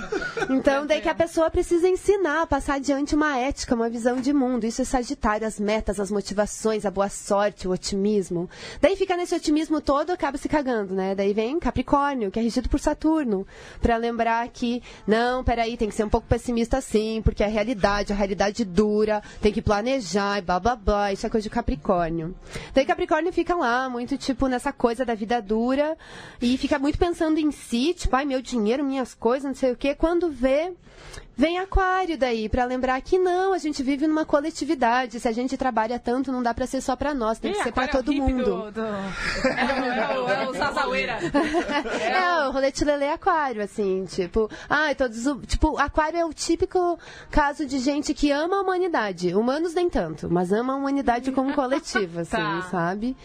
Speaker 7: então, daí que a pessoa precisa ensinar, passar adiante uma ética, uma visão de mundo. Isso é Sagitário, as metas, as motivações, a boa sorte, o otimismo otimismo. Daí fica nesse otimismo todo, acaba se cagando, né? Daí vem Capricórnio, que é regido por Saturno, para lembrar que, não, peraí, tem que ser um pouco pessimista sim, porque é a realidade, a realidade dura, tem que planejar e blá blá blá, isso é coisa de Capricórnio. Daí Capricórnio fica lá, muito tipo nessa coisa da vida dura, e fica muito pensando em si, tipo, ai, meu dinheiro, minhas coisas, não sei o quê, quando vê, Vem Aquário daí, para lembrar que não, a gente vive numa coletividade. Se a gente trabalha tanto, não dá para ser só para nós, tem que ser para tá todo mundo.
Speaker 3: É, o, é o Sazaueira.
Speaker 7: É, o rolete lelê aquário, assim, tipo, ai, todos, o- tipo, aquário é o típico caso de gente que ama a humanidade. Humanos nem tanto, mas ama a humanidade como coletivo, assim,
Speaker 3: Tá.
Speaker 7: sabe?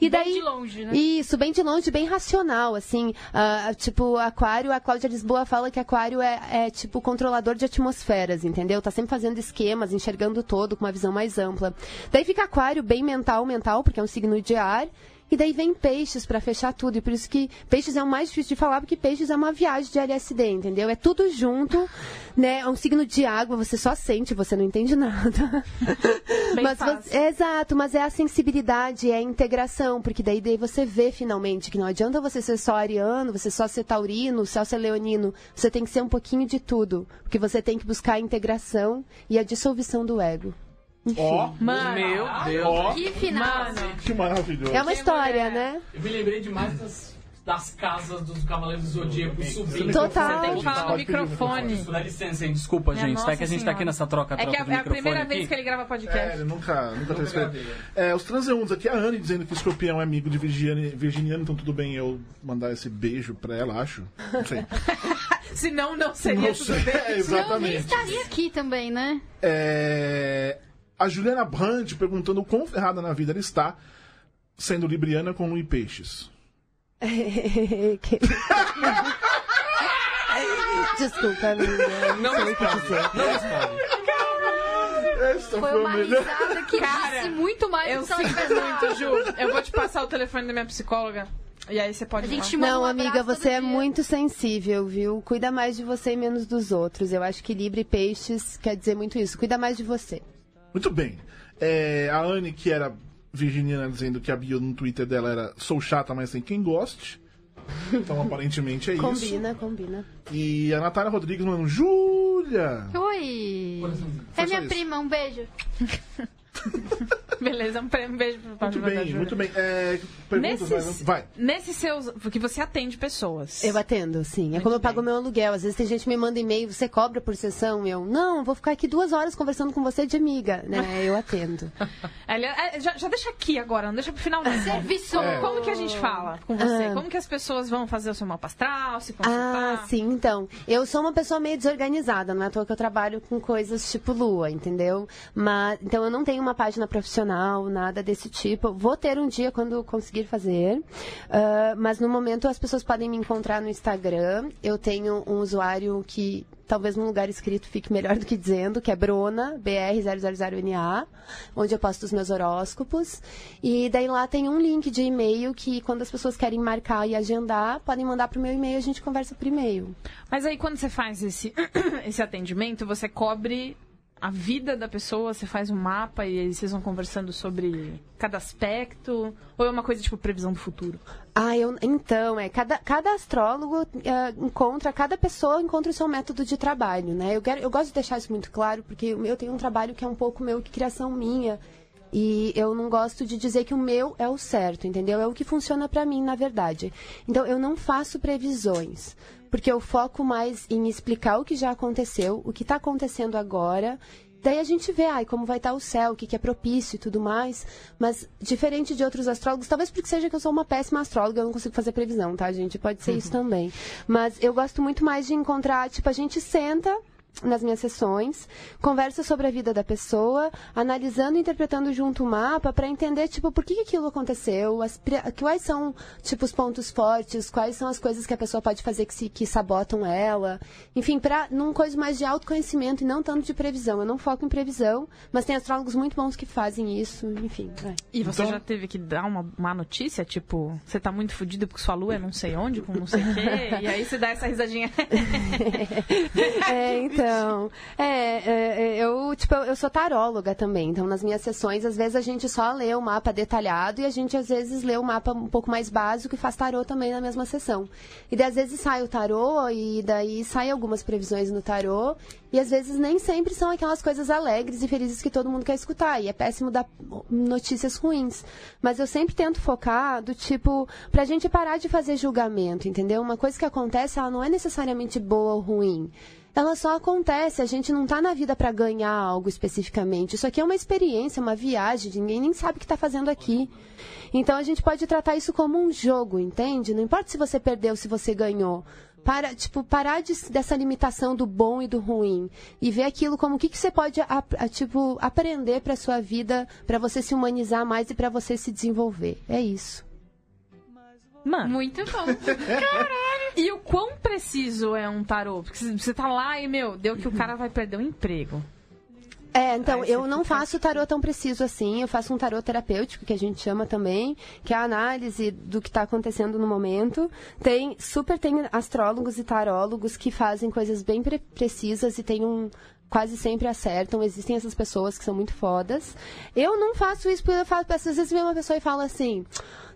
Speaker 7: E
Speaker 1: Bem
Speaker 7: daí
Speaker 1: de longe, né?
Speaker 7: Isso, bem de longe, bem racional, assim, ah, tipo, aquário, a Cláudia Lisboa fala que aquário é, é, tipo controlador de atmosferas, entendeu? Tá sempre fazendo esquemas, enxergando todo com uma visão mais ampla. Daí fica aquário bem mental, mental, porque é um signo de ar. E daí vem peixes para fechar tudo. E por isso que peixes é o mais difícil de falar, porque peixes é uma viagem de LSD, entendeu? É tudo junto, né? É um signo de água, você só sente, você não entende nada.
Speaker 3: Bem
Speaker 7: mas
Speaker 3: fácil.
Speaker 7: você- exato, mas é a sensibilidade, é a integração, porque daí, daí você vê finalmente que não adianta você ser só ariano, você só ser taurino, só ser leonino. Você tem que ser um pouquinho de tudo, porque você tem que buscar a integração e a dissolução do ego.
Speaker 4: Ó,
Speaker 3: Mano,
Speaker 2: Meu Deus.
Speaker 4: ó,
Speaker 1: Que final.
Speaker 3: mano.
Speaker 4: que maravilhoso.
Speaker 7: É uma
Speaker 3: Que
Speaker 7: história,
Speaker 3: mulher.
Speaker 7: né?
Speaker 2: Eu me lembrei demais das, das casas dos Cavaleiros do Zodíaco subindo.
Speaker 7: Total.
Speaker 3: Você tem que falar no microfone.
Speaker 2: Isso, Dá licença, hein? Desculpa,
Speaker 3: Minha
Speaker 2: gente. Tá
Speaker 3: nossa
Speaker 2: que a gente tá
Speaker 3: senhora.
Speaker 2: aqui nessa troca,
Speaker 3: É
Speaker 2: troca de
Speaker 3: que é a- é a
Speaker 2: microfone
Speaker 3: primeira vez
Speaker 2: aqui.
Speaker 3: que ele grava
Speaker 4: É,
Speaker 3: podcast.
Speaker 4: ele nunca, nunca teve experiência. É, os transeuntes aqui, a Anne dizendo que o escorpião é amigo de Virginiane, Virginiano, então tudo bem eu mandar esse beijo pra ela, acho. Não sei.
Speaker 3: Senão, não seria
Speaker 4: É. Não
Speaker 3: tudo
Speaker 4: sei,
Speaker 3: bem.
Speaker 4: é,
Speaker 1: Não, nem
Speaker 4: exatamente.
Speaker 1: estaria aqui também, né?
Speaker 4: É, a Juliana Brandt perguntando o quão ferrada na vida ela está, sendo libriana com Lui Peixes.
Speaker 7: Que- Desculpa, amiga.
Speaker 6: Não responde. Não responde.
Speaker 4: Essa
Speaker 1: Foi uma risada que
Speaker 3: Cara,
Speaker 1: disse muito mais
Speaker 3: Eu
Speaker 1: do que ela
Speaker 3: sinto
Speaker 1: tivesse
Speaker 3: muito,
Speaker 1: falado.
Speaker 3: Ju. Eu vou te passar o telefone da minha psicóloga. E aí você pode
Speaker 1: A gente
Speaker 3: falar.
Speaker 1: te manda
Speaker 7: Não,
Speaker 1: um
Speaker 7: amiga,
Speaker 1: abraço
Speaker 7: você
Speaker 1: todo
Speaker 7: é
Speaker 1: dia.
Speaker 7: muito sensível, viu? Cuida mais de você e menos dos outros. Eu acho que livre peixes quer dizer muito isso. Cuida mais de você.
Speaker 4: Muito bem. É, a Anne, que era virginiana, dizendo que a bio no Twitter dela era sou chata, mas tem quem goste. Então, aparentemente é isso.
Speaker 7: Combina, combina.
Speaker 4: E a Natália Rodrigues mandando, Júlia!
Speaker 1: Oi! É
Speaker 4: só
Speaker 1: minha
Speaker 4: isso.
Speaker 1: prima, um beijo.
Speaker 3: Beleza, um pre- um beijo pro
Speaker 4: Muito bem, muito bem. É, perguntas,
Speaker 3: Nesses-
Speaker 4: vai. vai.
Speaker 3: Nesses seus. Porque você atende pessoas.
Speaker 7: Eu atendo, sim. É como eu pago meu aluguel. Às vezes tem gente que me manda e-mail, você cobra por sessão? Eu, não, vou ficar aqui duas horas conversando com você de amiga. Né? Eu atendo.
Speaker 3: Ali- é, já, já deixa aqui agora, não deixa pro final, não.
Speaker 1: Serviço.
Speaker 4: É.
Speaker 3: Como, como que a gente fala com você?
Speaker 7: Ah.
Speaker 3: Como que as pessoas vão fazer o seu mapa astral, se consultar?
Speaker 7: Ah, sim, então. Eu sou uma pessoa meio desorganizada, não é à toa que eu trabalho com coisas tipo lua, entendeu? Mas então eu não tenho uma página profissional, nada desse tipo. Vou ter um dia quando conseguir fazer. Ah, mas no momento as pessoas podem me encontrar no Instagram. Eu tenho um usuário que talvez num lugar escrito fique melhor do que dizendo, que é Brona, BR000NA, onde eu posto os meus horóscopos. E daí lá tem um link de e-mail que quando as pessoas querem marcar e agendar, podem mandar pro meu e-mail e a gente conversa por e-mail.
Speaker 3: Mas aí quando você faz esse, esse atendimento, você cobre a vida da pessoa, você faz um mapa e aí vocês vão conversando sobre cada aspecto? Ou é uma coisa tipo previsão do futuro?
Speaker 7: Ah, eu, então, é, cada, cada astrólogo eh, encontra, cada pessoa encontra o seu método de trabalho, né? Eu, quero, eu gosto de deixar isso muito claro, porque o meu- eu tenho um trabalho que é um pouco meu, que criação minha. E eu não gosto de dizer que o meu é o certo, entendeu? É o que funciona pra mim, na verdade. Então, eu não faço previsões, porque eu foco mais em explicar o que já aconteceu, o que está acontecendo agora Daí a gente vê ai, como vai estar o céu, o que, que é propício e tudo mais. Mas, diferente de outros astrólogos, talvez porque seja que eu sou uma péssima astróloga, eu não consigo fazer previsão, tá, gente? Pode ser isso também. Mas eu gosto muito mais de encontrar, tipo, a gente senta nas minhas sessões, conversa sobre a vida da pessoa, analisando e interpretando junto o mapa para entender, tipo, por que que aquilo aconteceu, as pri- quais são, tipo, os pontos fortes, quais são as coisas que a pessoa pode fazer que, se, que sabotam ela. Enfim, para num coisa mais de autoconhecimento e não tanto de previsão. Eu não foco em previsão, mas tem astrólogos muito bons que fazem isso, enfim. é.
Speaker 3: E você
Speaker 4: Então-
Speaker 3: já teve que dar uma má notícia? Tipo, você tá muito fudido porque sua lua é não sei onde, com não sei o quê. e aí você dá essa risadinha.
Speaker 7: É, então, Então, é, é, é, eu, tipo, eu, eu sou taróloga também, então nas minhas sessões, às vezes a gente só lê o mapa detalhado e a gente às vezes lê o mapa um pouco mais básico e faz tarô também na mesma sessão. E daí, às vezes sai o tarô e daí sai algumas previsões no tarô e às vezes nem sempre são aquelas coisas alegres e felizes que todo mundo quer escutar e é péssimo dar notícias ruins. Mas eu sempre tento focar do tipo, pra gente parar de fazer julgamento, entendeu? Uma coisa que acontece, ela não é necessariamente boa ou ruim ela só acontece. A gente não está na vida para ganhar algo especificamente. Isso aqui é uma experiência, uma viagem. Ninguém nem sabe o que está fazendo aqui. Então a gente pode tratar isso como um jogo, entende? Não importa se você perdeu, se você ganhou. Para, tipo, parar de, dessa limitação do bom e do ruim e ver aquilo como o que, que você pode a- a- tipo, aprender para sua vida, para você se humanizar mais e para você se desenvolver. É isso.
Speaker 3: Mano.
Speaker 1: Muito bom.
Speaker 3: E o quão preciso é um tarô? Porque se você tá lá e, meu, deu que o cara vai perder o emprego.
Speaker 7: É, então,
Speaker 3: Aí você
Speaker 7: eu não faço tarô tão preciso assim, eu faço um tarô terapêutico, que a gente chama também, que é a análise do que está acontecendo no momento. Tem, super tem astrólogos e tarólogos que fazem coisas bem pre- precisas e tem um... Quase sempre acertam, existem essas pessoas que são muito fodas. Eu não faço isso porque eu faço, às vezes vem uma pessoa e fala assim,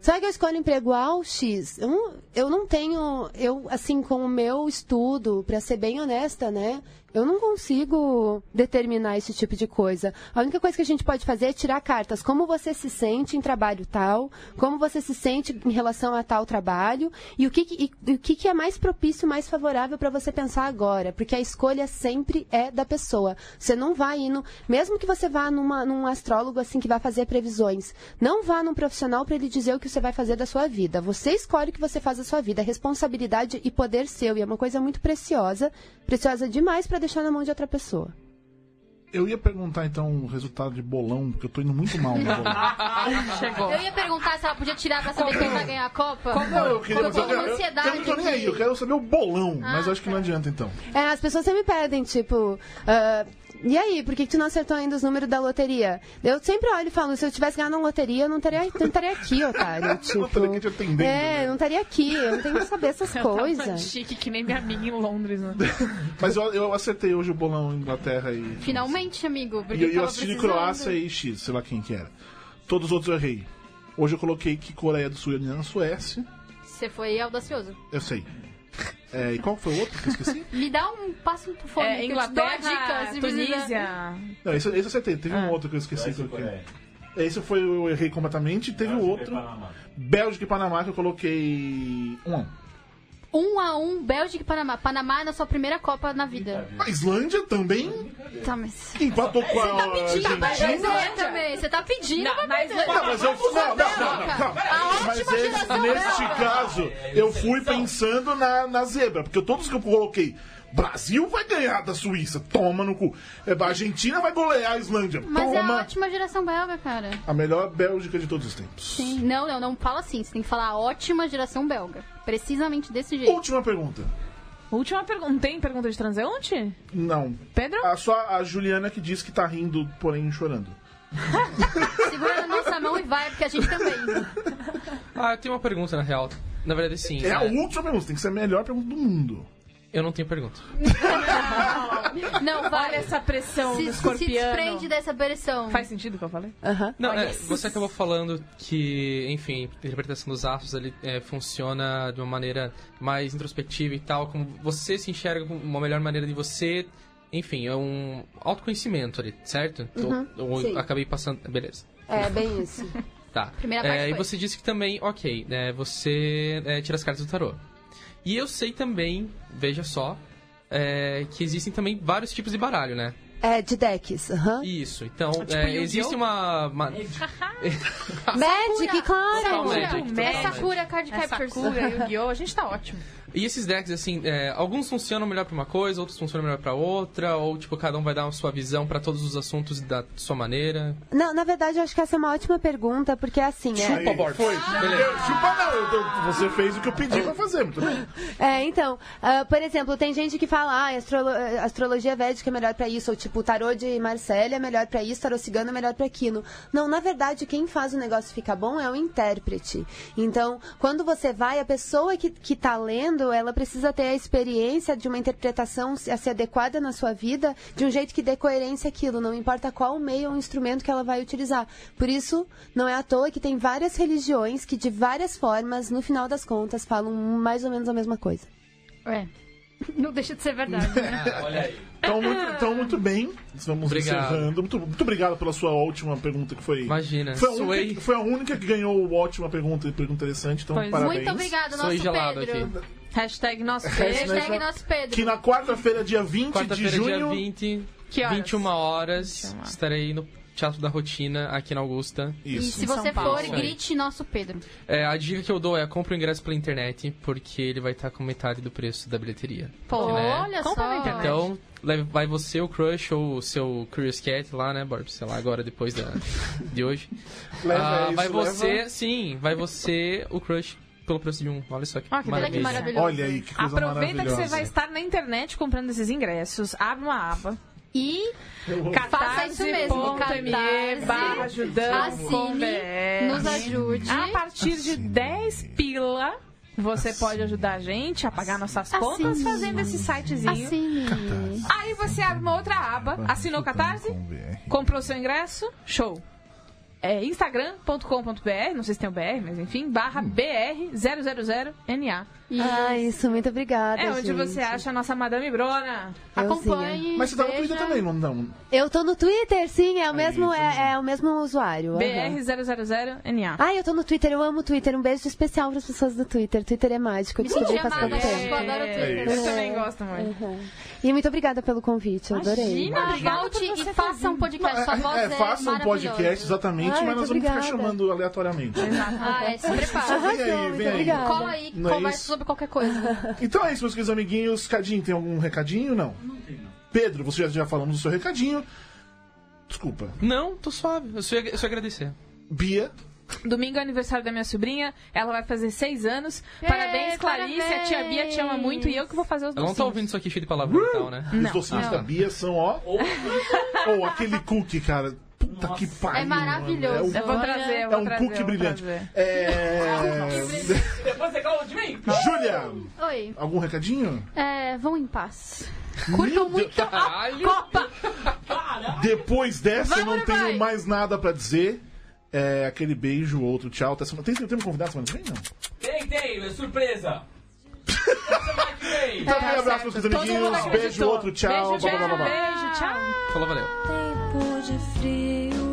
Speaker 7: será que eu escolho emprego A ou X? Eu não, eu não tenho, eu, assim, com o meu estudo, para ser bem honesta, né? Eu não consigo determinar esse tipo de coisa. A única coisa que a gente pode fazer é tirar cartas. Como você se sente em trabalho tal, como você se sente em relação a tal trabalho e o que, que- e- e o que, que é mais propício, mais favorável para você pensar agora. Porque a escolha sempre é da pessoa. Você não vai ir no. Mesmo que você vá numa, num astrólogo assim que vai fazer previsões, não vá num profissional para ele dizer o que você vai fazer da sua vida. Você escolhe o que você faz da sua vida. É responsabilidade e poder seu. E é uma coisa muito preciosa. Preciosa demais para deixar na mão de outra pessoa.
Speaker 4: Eu ia perguntar então o resultado de bolão, porque eu tô indo muito mal no bolão.
Speaker 3: Chegou.
Speaker 1: Eu ia perguntar se ela podia tirar pra saber quem vai ganhar a Copa.
Speaker 4: Não, eu queria
Speaker 1: Eu tô
Speaker 4: saber-
Speaker 1: com ansiedade
Speaker 4: eu não tô nem
Speaker 1: aqui.
Speaker 4: aí, eu quero saber o bolão,
Speaker 1: Ah,
Speaker 4: mas eu acho que não adianta então.
Speaker 7: É, as pessoas sempre me pedem, tipo. ah, e aí, por que, que tu não acertou ainda os números da loteria? Eu sempre olho e falo, se eu tivesse ganhado na loteria, eu não estaria, não estaria aqui, otário. Tipo,
Speaker 4: estaria aqui te atendendo,
Speaker 7: É,
Speaker 4: né?
Speaker 7: eu não estaria aqui, eu não tenho que saber essas coisas.
Speaker 3: chique que nem minha amiga em Londres, né?
Speaker 4: Mas eu, eu acertei hoje o bolão Inglaterra e.
Speaker 1: Finalmente, amigo.
Speaker 4: E
Speaker 1: Porque
Speaker 4: eu, eu
Speaker 1: tava
Speaker 4: assisti
Speaker 1: precisando.
Speaker 4: Croácia e X, sei lá quem que era. Todos os outros eu errei. Hoje eu coloquei que Coreia do Sul ia ganhar na Suécia.
Speaker 1: Você foi audacioso.
Speaker 4: Eu sei. É, e qual foi o outro que eu esqueci?
Speaker 1: Me dá um passo por fome.
Speaker 3: É,
Speaker 1: que eu te dou
Speaker 3: Inglaterra,
Speaker 1: a dica, se
Speaker 3: Tunísia.
Speaker 1: precisar.
Speaker 4: Não, esse, esse eu acertei. Teve
Speaker 1: Ah.
Speaker 4: um outro que eu esqueci. Que eu
Speaker 5: Coreia.
Speaker 4: esse foi eu errei completamente. Teve o outro. Bélgica e Panamá que eu coloquei. Um. a um.
Speaker 1: Um a um, Bélgica e Panamá. Panamá é na sua primeira Copa na vida.
Speaker 4: A Islândia também
Speaker 1: Tá, mas...
Speaker 4: empatou com a
Speaker 1: Mas
Speaker 4: Argentina.
Speaker 1: é também. Você tá pedindo pra perder.
Speaker 4: Não, mas eu fui. Não, não, não, não, calma. Mas
Speaker 1: ótima
Speaker 4: esse-
Speaker 1: geração é
Speaker 4: neste caso, eu fui pensando na, na zebra, porque todos que eu coloquei. Brasil vai ganhar da Suíça, toma no cu. É, A Argentina vai golear a Islândia,
Speaker 1: Mas é a
Speaker 4: toma.
Speaker 1: ótima geração belga, cara.
Speaker 4: a melhor Bélgica de todos os tempos.
Speaker 1: Não, não, não fala assim. Você tem que falar a ótima geração belga. Precisamente desse jeito.
Speaker 4: Última pergunta.
Speaker 3: Última pergunta. Não tem pergunta de transeunte?
Speaker 4: Não.
Speaker 3: Pedro?
Speaker 1: Ah,
Speaker 4: A, só a Juliana que diz que tá rindo, porém chorando.
Speaker 1: Segura na nossa mão e vai, porque a gente também.
Speaker 6: Ah, eu tenho uma pergunta, na real. Na verdade, sim.
Speaker 4: É a
Speaker 6: né?
Speaker 4: última pergunta, tem que ser a melhor pergunta do mundo.
Speaker 6: Eu não tenho pergunta.
Speaker 1: Não,
Speaker 3: Olha
Speaker 1: vai.
Speaker 3: essa pressão do
Speaker 1: Se, se
Speaker 3: escorpião.
Speaker 1: desprende dessa versão.
Speaker 3: Faz sentido o que eu falei?
Speaker 7: Aham.
Speaker 6: Não,
Speaker 3: Olha
Speaker 6: é,
Speaker 3: esses.
Speaker 6: você acabou falando que, enfim, a interpretação dos astros ali é, funciona de uma maneira mais introspectiva e tal, como você se enxerga como uma melhor maneira de você, enfim, é um autoconhecimento ali, certo? Tô- eu
Speaker 7: sim.
Speaker 6: acabei passando, beleza.
Speaker 7: É, bem isso.
Speaker 6: Tá.
Speaker 1: Primeira parte
Speaker 6: É, e
Speaker 1: foi.
Speaker 6: você disse que também, ok, né, você é, tira as cartas do tarô. E eu sei também, veja só, é, que existem também vários tipos de baralho, né?
Speaker 7: É, de decks. aham.
Speaker 6: Isso. Então,
Speaker 3: tipo
Speaker 6: é,
Speaker 3: Yu-Gi-Oh?
Speaker 6: existe uma- uma
Speaker 7: Magic, claro!
Speaker 6: Calma, gente.
Speaker 1: Sakura,
Speaker 6: Calma,
Speaker 1: essa cura é card
Speaker 3: Essa
Speaker 1: captures.
Speaker 3: cura e o Guiô, a gente tá ótimo.
Speaker 6: E esses decks, assim, é, alguns funcionam melhor pra uma coisa, outros funcionam melhor pra outra, ou tipo, cada um vai dar a sua visão pra todos os assuntos da sua maneira.
Speaker 7: Não, na verdade, eu acho que essa é uma ótima pergunta, porque assim, é.
Speaker 6: Chupa, Borges.
Speaker 4: Foi.
Speaker 6: Beleza.
Speaker 4: Eu- chupa não, eu- eu- você fez o que eu pedi pra fazer, muito bem.
Speaker 7: É, então, ah, por exemplo, tem gente que fala, ah, astrolo- eh, astrologia védica é melhor pra isso, ou tipo, o tarô de Marcelo é melhor pra isso, o tarô cigano é melhor pra aquilo. Não, na verdade, quem faz o negócio ficar bom é o intérprete. Então, quando você vai, a pessoa que, que tá lendo, ela precisa ter a experiência de uma interpretação a ser adequada na sua vida, de um jeito que dê coerência àquilo, não importa qual meio ou instrumento que ela vai utilizar. Por isso, não é à toa que tem várias religiões que, de várias formas, no final das contas, falam mais ou menos a mesma coisa.
Speaker 1: É. Não deixa de ser verdade, né?
Speaker 6: Olha aí.
Speaker 4: Então muito, então, muito bem. Vamos
Speaker 6: Obrigado.
Speaker 4: encerrando. Muito, muito obrigado pela sua última pergunta, que foi.
Speaker 6: Imagina,
Speaker 4: Foi a única,
Speaker 6: suei.
Speaker 4: que- foi a única que ganhou o ótima pergunta e pergunta interessante. Então,
Speaker 3: Pois é.
Speaker 4: parabéns.
Speaker 1: Muito obrigada,
Speaker 6: Sou
Speaker 1: nosso
Speaker 6: gelado
Speaker 1: Pedro.
Speaker 6: aqui.
Speaker 3: Hashtag nosso
Speaker 4: Hashtag-
Speaker 3: beijo.
Speaker 1: Hashtag nosso Pedro.
Speaker 4: Que na quarta-feira, dia 20 de
Speaker 6: Quarta-feira, dia
Speaker 4: junho.
Speaker 6: 20,
Speaker 3: Que horas?
Speaker 6: 21 horas,
Speaker 3: 21 horas.
Speaker 6: estarei no Teatro da Rotina, aqui na Augusta.
Speaker 1: E
Speaker 4: é Isso.
Speaker 1: se
Speaker 3: São
Speaker 1: você
Speaker 3: Paulo.
Speaker 1: for,
Speaker 6: Isso aí.
Speaker 1: grite nosso Pedro.
Speaker 6: É, a dica que eu dou é compre o ingresso pela internet, porque ele vai estar com metade do preço da bilheteria.
Speaker 1: Pô, é
Speaker 6: Né?
Speaker 1: olha
Speaker 3: Compra na
Speaker 1: só.
Speaker 3: internet.
Speaker 6: Então, leve- vai você, o Crush, ou o seu Curious Cat lá, né, Barb? Sei lá, agora, depois da, de hoje.
Speaker 4: Leva
Speaker 6: Ah,
Speaker 4: isso,
Speaker 6: vai você,
Speaker 4: leva-
Speaker 6: sim, vai você, o Crush, pelo preço de um. Olha só que
Speaker 3: Olha que
Speaker 1: Olha que
Speaker 6: maravilha.
Speaker 3: maravilha.
Speaker 1: maravilhoso.
Speaker 4: Olha aí, que coisa
Speaker 3: Aproveita que
Speaker 4: maravilhosa.
Speaker 3: você vai estar na internet comprando esses ingressos. Abre uma aba.
Speaker 1: E Faça isso mesmo,
Speaker 3: Catarse.me
Speaker 1: catarse.
Speaker 3: barra ajudando com
Speaker 1: Assine,
Speaker 3: BR.
Speaker 1: nos ajude.
Speaker 3: A partir de 10 pila, você pode ajudar a gente a pagar nossas contas
Speaker 1: Assine.
Speaker 3: fazendo esse sitezinho.
Speaker 1: assim.
Speaker 3: Aí você abre uma outra aba, assinou o Catarse, comprou seu ingresso, show. É instagram.com.br, não sei se tem o BR, mas enfim, barra
Speaker 4: Hum.
Speaker 3: BR000NA.
Speaker 1: E
Speaker 7: Ah, isso, muito obrigada.
Speaker 3: É onde
Speaker 7: gente.
Speaker 3: você acha a nossa Madame Brona.
Speaker 1: acompanhe.
Speaker 4: Mas você tá no Twitter
Speaker 1: veja.
Speaker 4: também, não? não.
Speaker 7: é. Eu tô no Twitter, sim, é o mesmo, é, é o mesmo usuário. aham.
Speaker 3: BR000NA.
Speaker 7: Ah, eu tô no Twitter, eu amo o Twitter. Um beijo especial pras pessoas do Twitter. Twitter é mágico, eu
Speaker 1: Me
Speaker 7: descobri
Speaker 1: senti
Speaker 7: faz
Speaker 1: amada,
Speaker 7: pouco
Speaker 1: gente.
Speaker 7: tempo.
Speaker 1: Eu Tipo,
Speaker 3: né?
Speaker 1: adoro o
Speaker 4: É
Speaker 1: Twitter. né?
Speaker 3: Eu também gosto muito.
Speaker 7: Aham. E muito obrigada pelo convite, eu adorei.
Speaker 3: Imagina,
Speaker 1: Ah,
Speaker 3: obrigada
Speaker 1: volte
Speaker 3: por você
Speaker 1: e faça um podcast. Sua voz
Speaker 4: É, é, faça um
Speaker 1: maravilhosa.
Speaker 4: podcast, exatamente, mas
Speaker 7: Ai,
Speaker 4: nós
Speaker 7: muito
Speaker 4: vamos ficar
Speaker 7: obrigada.
Speaker 4: chamando aleatoriamente.
Speaker 1: Ah, é, se prepara.
Speaker 4: Vem aí, vem aí.
Speaker 7: obrigada.
Speaker 1: Cola aí,
Speaker 4: Não é
Speaker 1: conversa
Speaker 4: isso?
Speaker 1: sobre qualquer coisa.
Speaker 4: Então é isso, meus queridos amiguinhos. Cadinho, tem algum recadinho? Não. Pedro, você já, já falamos do seu recadinho. Desculpa.
Speaker 6: Não, tô suave, eu só, ia- eu só ia agradecer.
Speaker 4: Bia,
Speaker 3: Domingo é aniversário da minha sobrinha, ela vai fazer seis anos.
Speaker 1: É,
Speaker 3: parabéns, Clarice, a tia Bia te ama
Speaker 1: parabéns.
Speaker 3: muito e eu que vou fazer os
Speaker 6: Ela não
Speaker 3: docinhos.
Speaker 6: tá ouvindo isso aqui cheio de palavrão e tal, né?
Speaker 4: os docinhos
Speaker 1: não.
Speaker 4: da Bia são, ó. Ou aquele cookie, cara. Puta que pariu.
Speaker 1: É maravilhoso.
Speaker 4: mano.
Speaker 3: Eu vou
Speaker 1: Olha,
Speaker 3: trazer,
Speaker 4: É
Speaker 3: eu
Speaker 4: um, é
Speaker 3: vou
Speaker 4: um
Speaker 3: trazer, eu
Speaker 4: cookie
Speaker 3: vou
Speaker 4: brilhante.
Speaker 3: trazer.
Speaker 4: É.
Speaker 2: Depois você cola de mim?
Speaker 4: Júlia,
Speaker 1: Oi.
Speaker 4: algum recadinho?
Speaker 1: É, vão em paz.
Speaker 4: Meu
Speaker 1: Curtam muito a
Speaker 6: Caralho!
Speaker 1: Copa.
Speaker 4: Depois dessa, eu não
Speaker 1: Vamos,
Speaker 4: tenho
Speaker 1: vai.
Speaker 4: mais nada pra dizer. É, aquele beijo, outro tchau. Até semana- Tem, tem um convidado semana que vem? Não.
Speaker 2: Tem, tem, é surpresa. Semana que vem.
Speaker 4: Então, aquele abraço, meus queridos
Speaker 3: 어,
Speaker 4: amiguinhos. Beijo, outro tchau.
Speaker 3: Beijo,
Speaker 4: blá, blá, blá, blá.
Speaker 3: tchau. Beijo, tchau.
Speaker 6: Falou, valeu.
Speaker 8: Tempo de frio